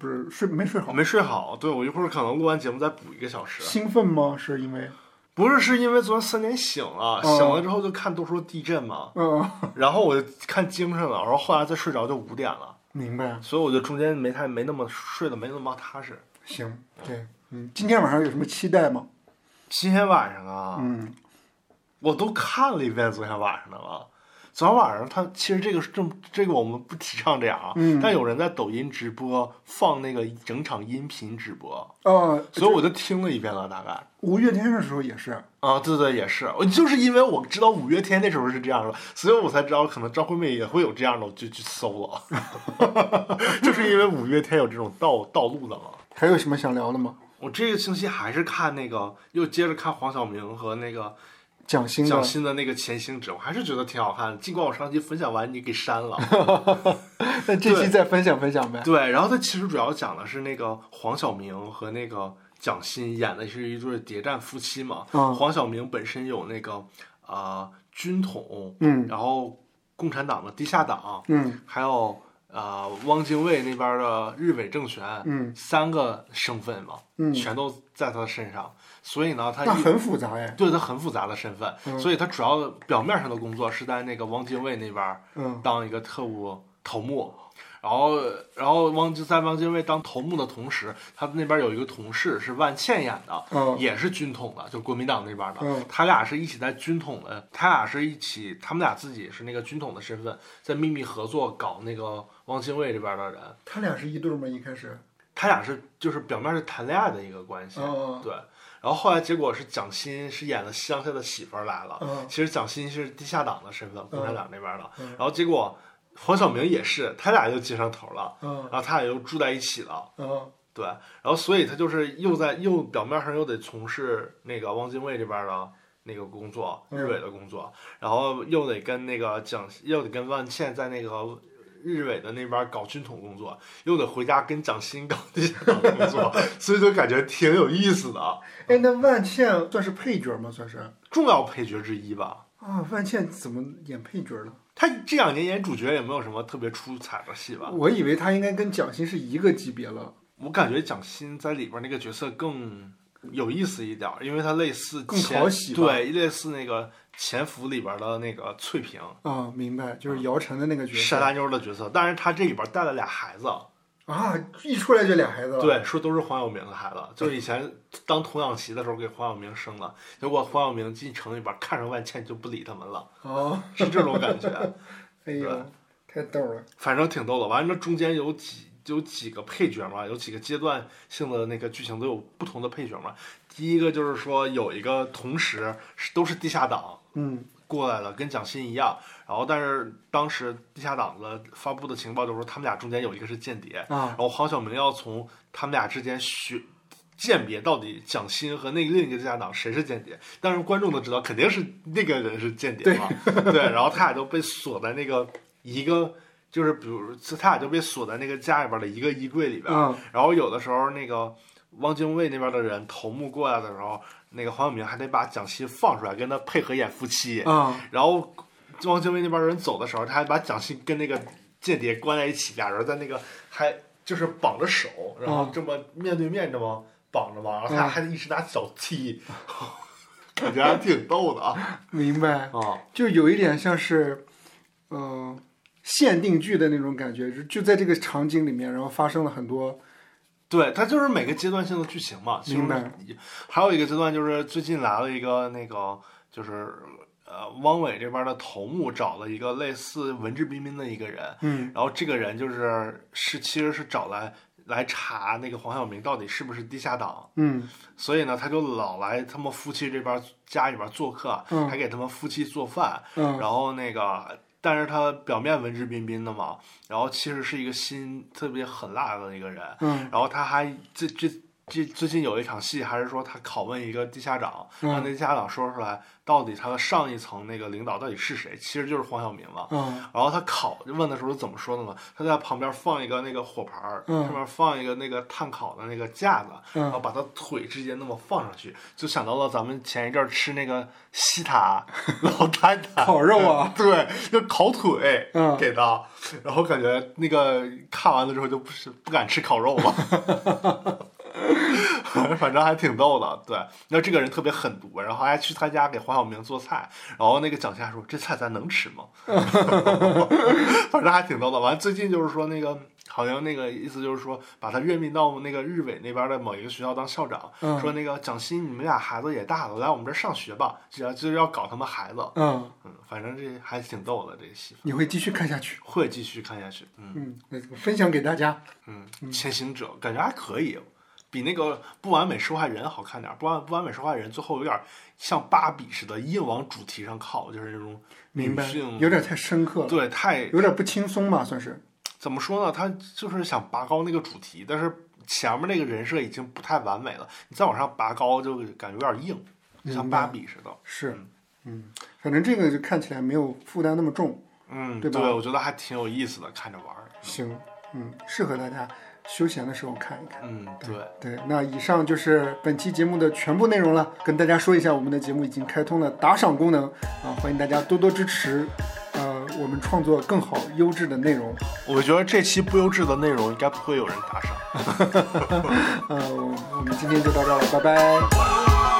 S1: 不是睡没睡好，
S2: 没睡好，对我一会儿可能录完节目再补一个小时。
S1: 兴奋吗？是因为，
S2: 不是，是因为昨天三点醒了，
S1: 嗯
S2: 醒了之后
S1: *laughs*
S2: 就看都说地震嘛，
S1: 嗯
S2: 然后我就看精神了，然后后来再睡着就五点了。
S1: 明白。
S2: 所以我觉得中间没太没那么睡得没那么踏实。
S1: 行，对，嗯，今天晚上有什么期待吗？
S2: 今天晚上啊，
S1: 嗯，
S2: 我都看了一遍昨天晚上的了。昨天晚上他其实这个是这么这个我们不提倡这样啊，
S1: 嗯
S2: 但有人在抖音直播放那个整场音频直播，
S1: 哦，
S2: 所以我就听了一遍了，大概。
S1: 五月天的时候也是，
S2: 啊，对对，也是，我就是因为我知道五月天那时候是这样的，所以我才知道可能张惠妹也会有这样的，我就去搜了， *laughs* 就是因为五月天有这种道道路的了。
S1: 还有什么想聊的吗？
S2: 我这个星期还是看那个，又接着看黄晓明和那个
S1: 蒋欣的
S2: 蒋欣的那个《潜行者》，我还是觉得挺好看的。尽管我上期分享完你给删了， *laughs*
S1: 那这期再分享分享呗。
S2: 对，然后它其实主要讲的是那个黄晓明和那个蒋欣演的是一对谍战夫妻嘛。
S1: 嗯
S2: 黄晓明本身有那个啊、呃军统，
S1: 嗯
S2: 然后共产党的地下党，
S1: 嗯
S2: 还有啊、呃汪精卫那边的日伪政权，
S1: 嗯
S2: 三个身份嘛，
S1: 嗯，
S2: 全都在他身上。所以呢，他
S1: 那
S2: 一
S1: 很复杂哎。
S2: 对他很复杂的身份，
S1: 嗯
S2: 所以他主要表面上的工作是在那个汪精卫那边儿
S1: 嗯
S2: 当一个特务头目，然后然后汪就在汪精卫当头目的同时，他那边有一个同事是万茜演的，
S1: 嗯
S2: 也是军统的，就国民党那边的，
S1: 嗯
S2: 他俩是一起在军统的，他俩是一起，他们俩自己是那个军统的身份，在秘密合作搞那个汪精卫这边的人，
S1: 他俩是一对儿吗？一开始？
S2: 他俩是就是表面是谈恋爱的一个关系，
S1: 哦
S2: 对，然后后来结果是蒋欣是演了乡下的媳妇儿来了，
S1: 嗯
S2: 其实蒋欣是地下党的身份，共产党那边的，
S1: 嗯
S2: 然后结果黄晓明也是，他俩又接上头了，
S1: 嗯
S2: 然后他俩又住在一起了。
S1: 嗯
S2: 对，然后所以他就是又在又表面上又得从事那个汪精卫这边的那个工作，
S1: 嗯
S2: 日伪的工作，然后又得跟那个蒋，又得跟万茜在那个日伪的那边搞军统工作，又得回家跟蒋欣搞地下党工作，所以就感觉挺有意思的，
S1: 哎，那万茜算是配角吗？算是
S2: 重要配角之一吧。
S1: 啊，万茜怎么演配角了？
S2: 他这两年演主角也没有什么特别出彩的戏吧，
S1: 我以为她应该跟蒋欣是一个级别了。
S2: 我感觉蒋欣在里边那个角色更有意思一点儿，因为她类似
S1: 更
S2: 潜
S1: 讨喜吧
S2: 对，类似那个《潜伏》里边的那个翠萍，
S1: 啊，明白，就是姚晨的那个角
S2: 傻
S1: 色
S2: 大妞儿的角色。但是她这里边带了俩孩子，
S1: 啊，一出来就俩孩子了。，
S2: 对，说都是黄晓明的孩子，就是以前当童养媳的时候给黄晓明生的，结果黄晓明进城里边看上万茜就不理他们了，
S1: 哦，
S2: 是这种感觉。
S1: 哎呦
S2: 对，
S1: 太逗了。
S2: 反正挺逗的。完了，中间有几有几个配角嘛，有几个阶段性的那个剧情都有不同的配角嘛。第一个就是说有一个同时是都是地下党
S1: 嗯
S2: 过来了，跟蒋欣一样。然后，但是当时地下党的发布的情报就是说，他们俩中间有一个是间谍。
S1: 啊
S2: 然，后黄晓明要从他们俩之间学鉴别到底蒋欣和那另一个地下党谁是间谍，但是观众都知道肯定是那个人是间谍嘛，对然后他俩就被锁在那个一个。就是比如他俩就被锁在那个家里边的一个衣柜里边，
S1: 嗯
S2: 然后有的时候那个汪精卫那边的人头目过来的时候，那个黄晓明还得把蒋欣放出来跟他配合演夫妻，
S1: 啊，
S2: 然后汪精卫那边人走的时候，他还把蒋欣跟那个间谍关在一起，俩人在那个还就是绑着手，然后这么面对面这么绑着嘛，然后他俩
S1: 啊嗯
S2: 还一直拿脚踢，感觉还挺逗的
S1: *laughs*
S2: 啊。
S1: 明白，
S2: 啊，
S1: 就有一点像是，嗯、限定剧的那种感觉，就就在这个场景里面，然后发生了很多，
S2: 对，它就是每个阶段性的剧情嘛。其中
S1: 明白
S2: 还有一个阶段就是最近来了一个那个就是。呃，汪伪这边的头目找了一个类似文质彬彬的一个人，
S1: 嗯
S2: 然后这个人就是是其实是找来来查那个黄晓明到底是不是地下党，
S1: 嗯
S2: 所以呢，他就老来他们夫妻这边家里边做客，
S1: 嗯
S2: 还给他们夫妻做饭，
S1: 嗯
S2: 然后那个。但是他表面文质彬彬的嘛，然后其实是一个心特别狠辣的一个人，
S1: 嗯，
S2: 然后他还这这这最近有一场戏，还是说他拷问一个地下党，
S1: 嗯
S2: 让那地下党说出来到底他的上一层那个领导到底是谁，其实就是黄晓明嘛。
S1: 啊
S2: 然后他烤问的时候怎么说的呢？他在旁边放一个那个火盘儿，
S1: 嗯
S2: 上面放一个那个炭烤的那个架子，然后
S1: 嗯，
S2: 把他腿直接那么放上去，就想到了咱们前一阵儿吃那个西
S1: *laughs*
S2: 塔老太太
S1: 烤肉啊，
S2: *laughs* 对，就烤腿
S1: 嗯
S2: 给他，然后
S1: *laughs*
S2: 感觉那个看完了之后就不是不敢吃烤肉了。反正还挺逗的。对，然后这个人特别狠毒，然后还去他家给黄晓明做菜，然后那个蒋夏说：“这菜咱能吃吗？” *laughs* 反正还挺逗的。完，最近就是说那个好像那个意思就是说，把他任命到那个日伪那边的某一个学校当校长，
S1: 嗯
S2: 说那个蒋欣，你们俩孩子也大了，来我们这儿上学吧，就要就是要搞他们孩子。
S1: 嗯，
S2: 嗯，反正这还挺逗的这个戏，
S1: 你会继续看下去。
S2: 会继续看下去。嗯。
S1: 嗯，那个分享给大家。
S2: 嗯，潜行者感觉还可以，比那个不完美受害人好看点儿。不完不完美受害人最后有点像芭比似的硬往主题上靠，就是那种
S1: 明白
S2: 女，性
S1: 有点太深刻了，
S2: 对太
S1: 有点不轻松嘛，算是。
S2: 怎么说呢？他就是想拔高那个主题，但是前面那个人设已经不太完美了，你再往上拔高就感觉有点硬，像
S1: 明白
S2: 芭比似的。
S1: 是，嗯，反正这个就看起来没有负担那么重，
S2: 嗯，
S1: 对吧
S2: 我觉得还挺有意思的，看着玩儿。
S1: 行，嗯，适合大家休闲的时候看一看。
S2: 嗯，对，
S1: 对，那以上就是本期节目的全部内容了。跟大家说一下，我们的节目已经开通了打赏功能啊，欢迎大家多多支持，呃，我们创作更好优质的内容。
S2: 我觉得这期不优质的内容应该不会有人打赏。
S1: 呃，我我们今天就到这儿了，拜拜。
S3: Thank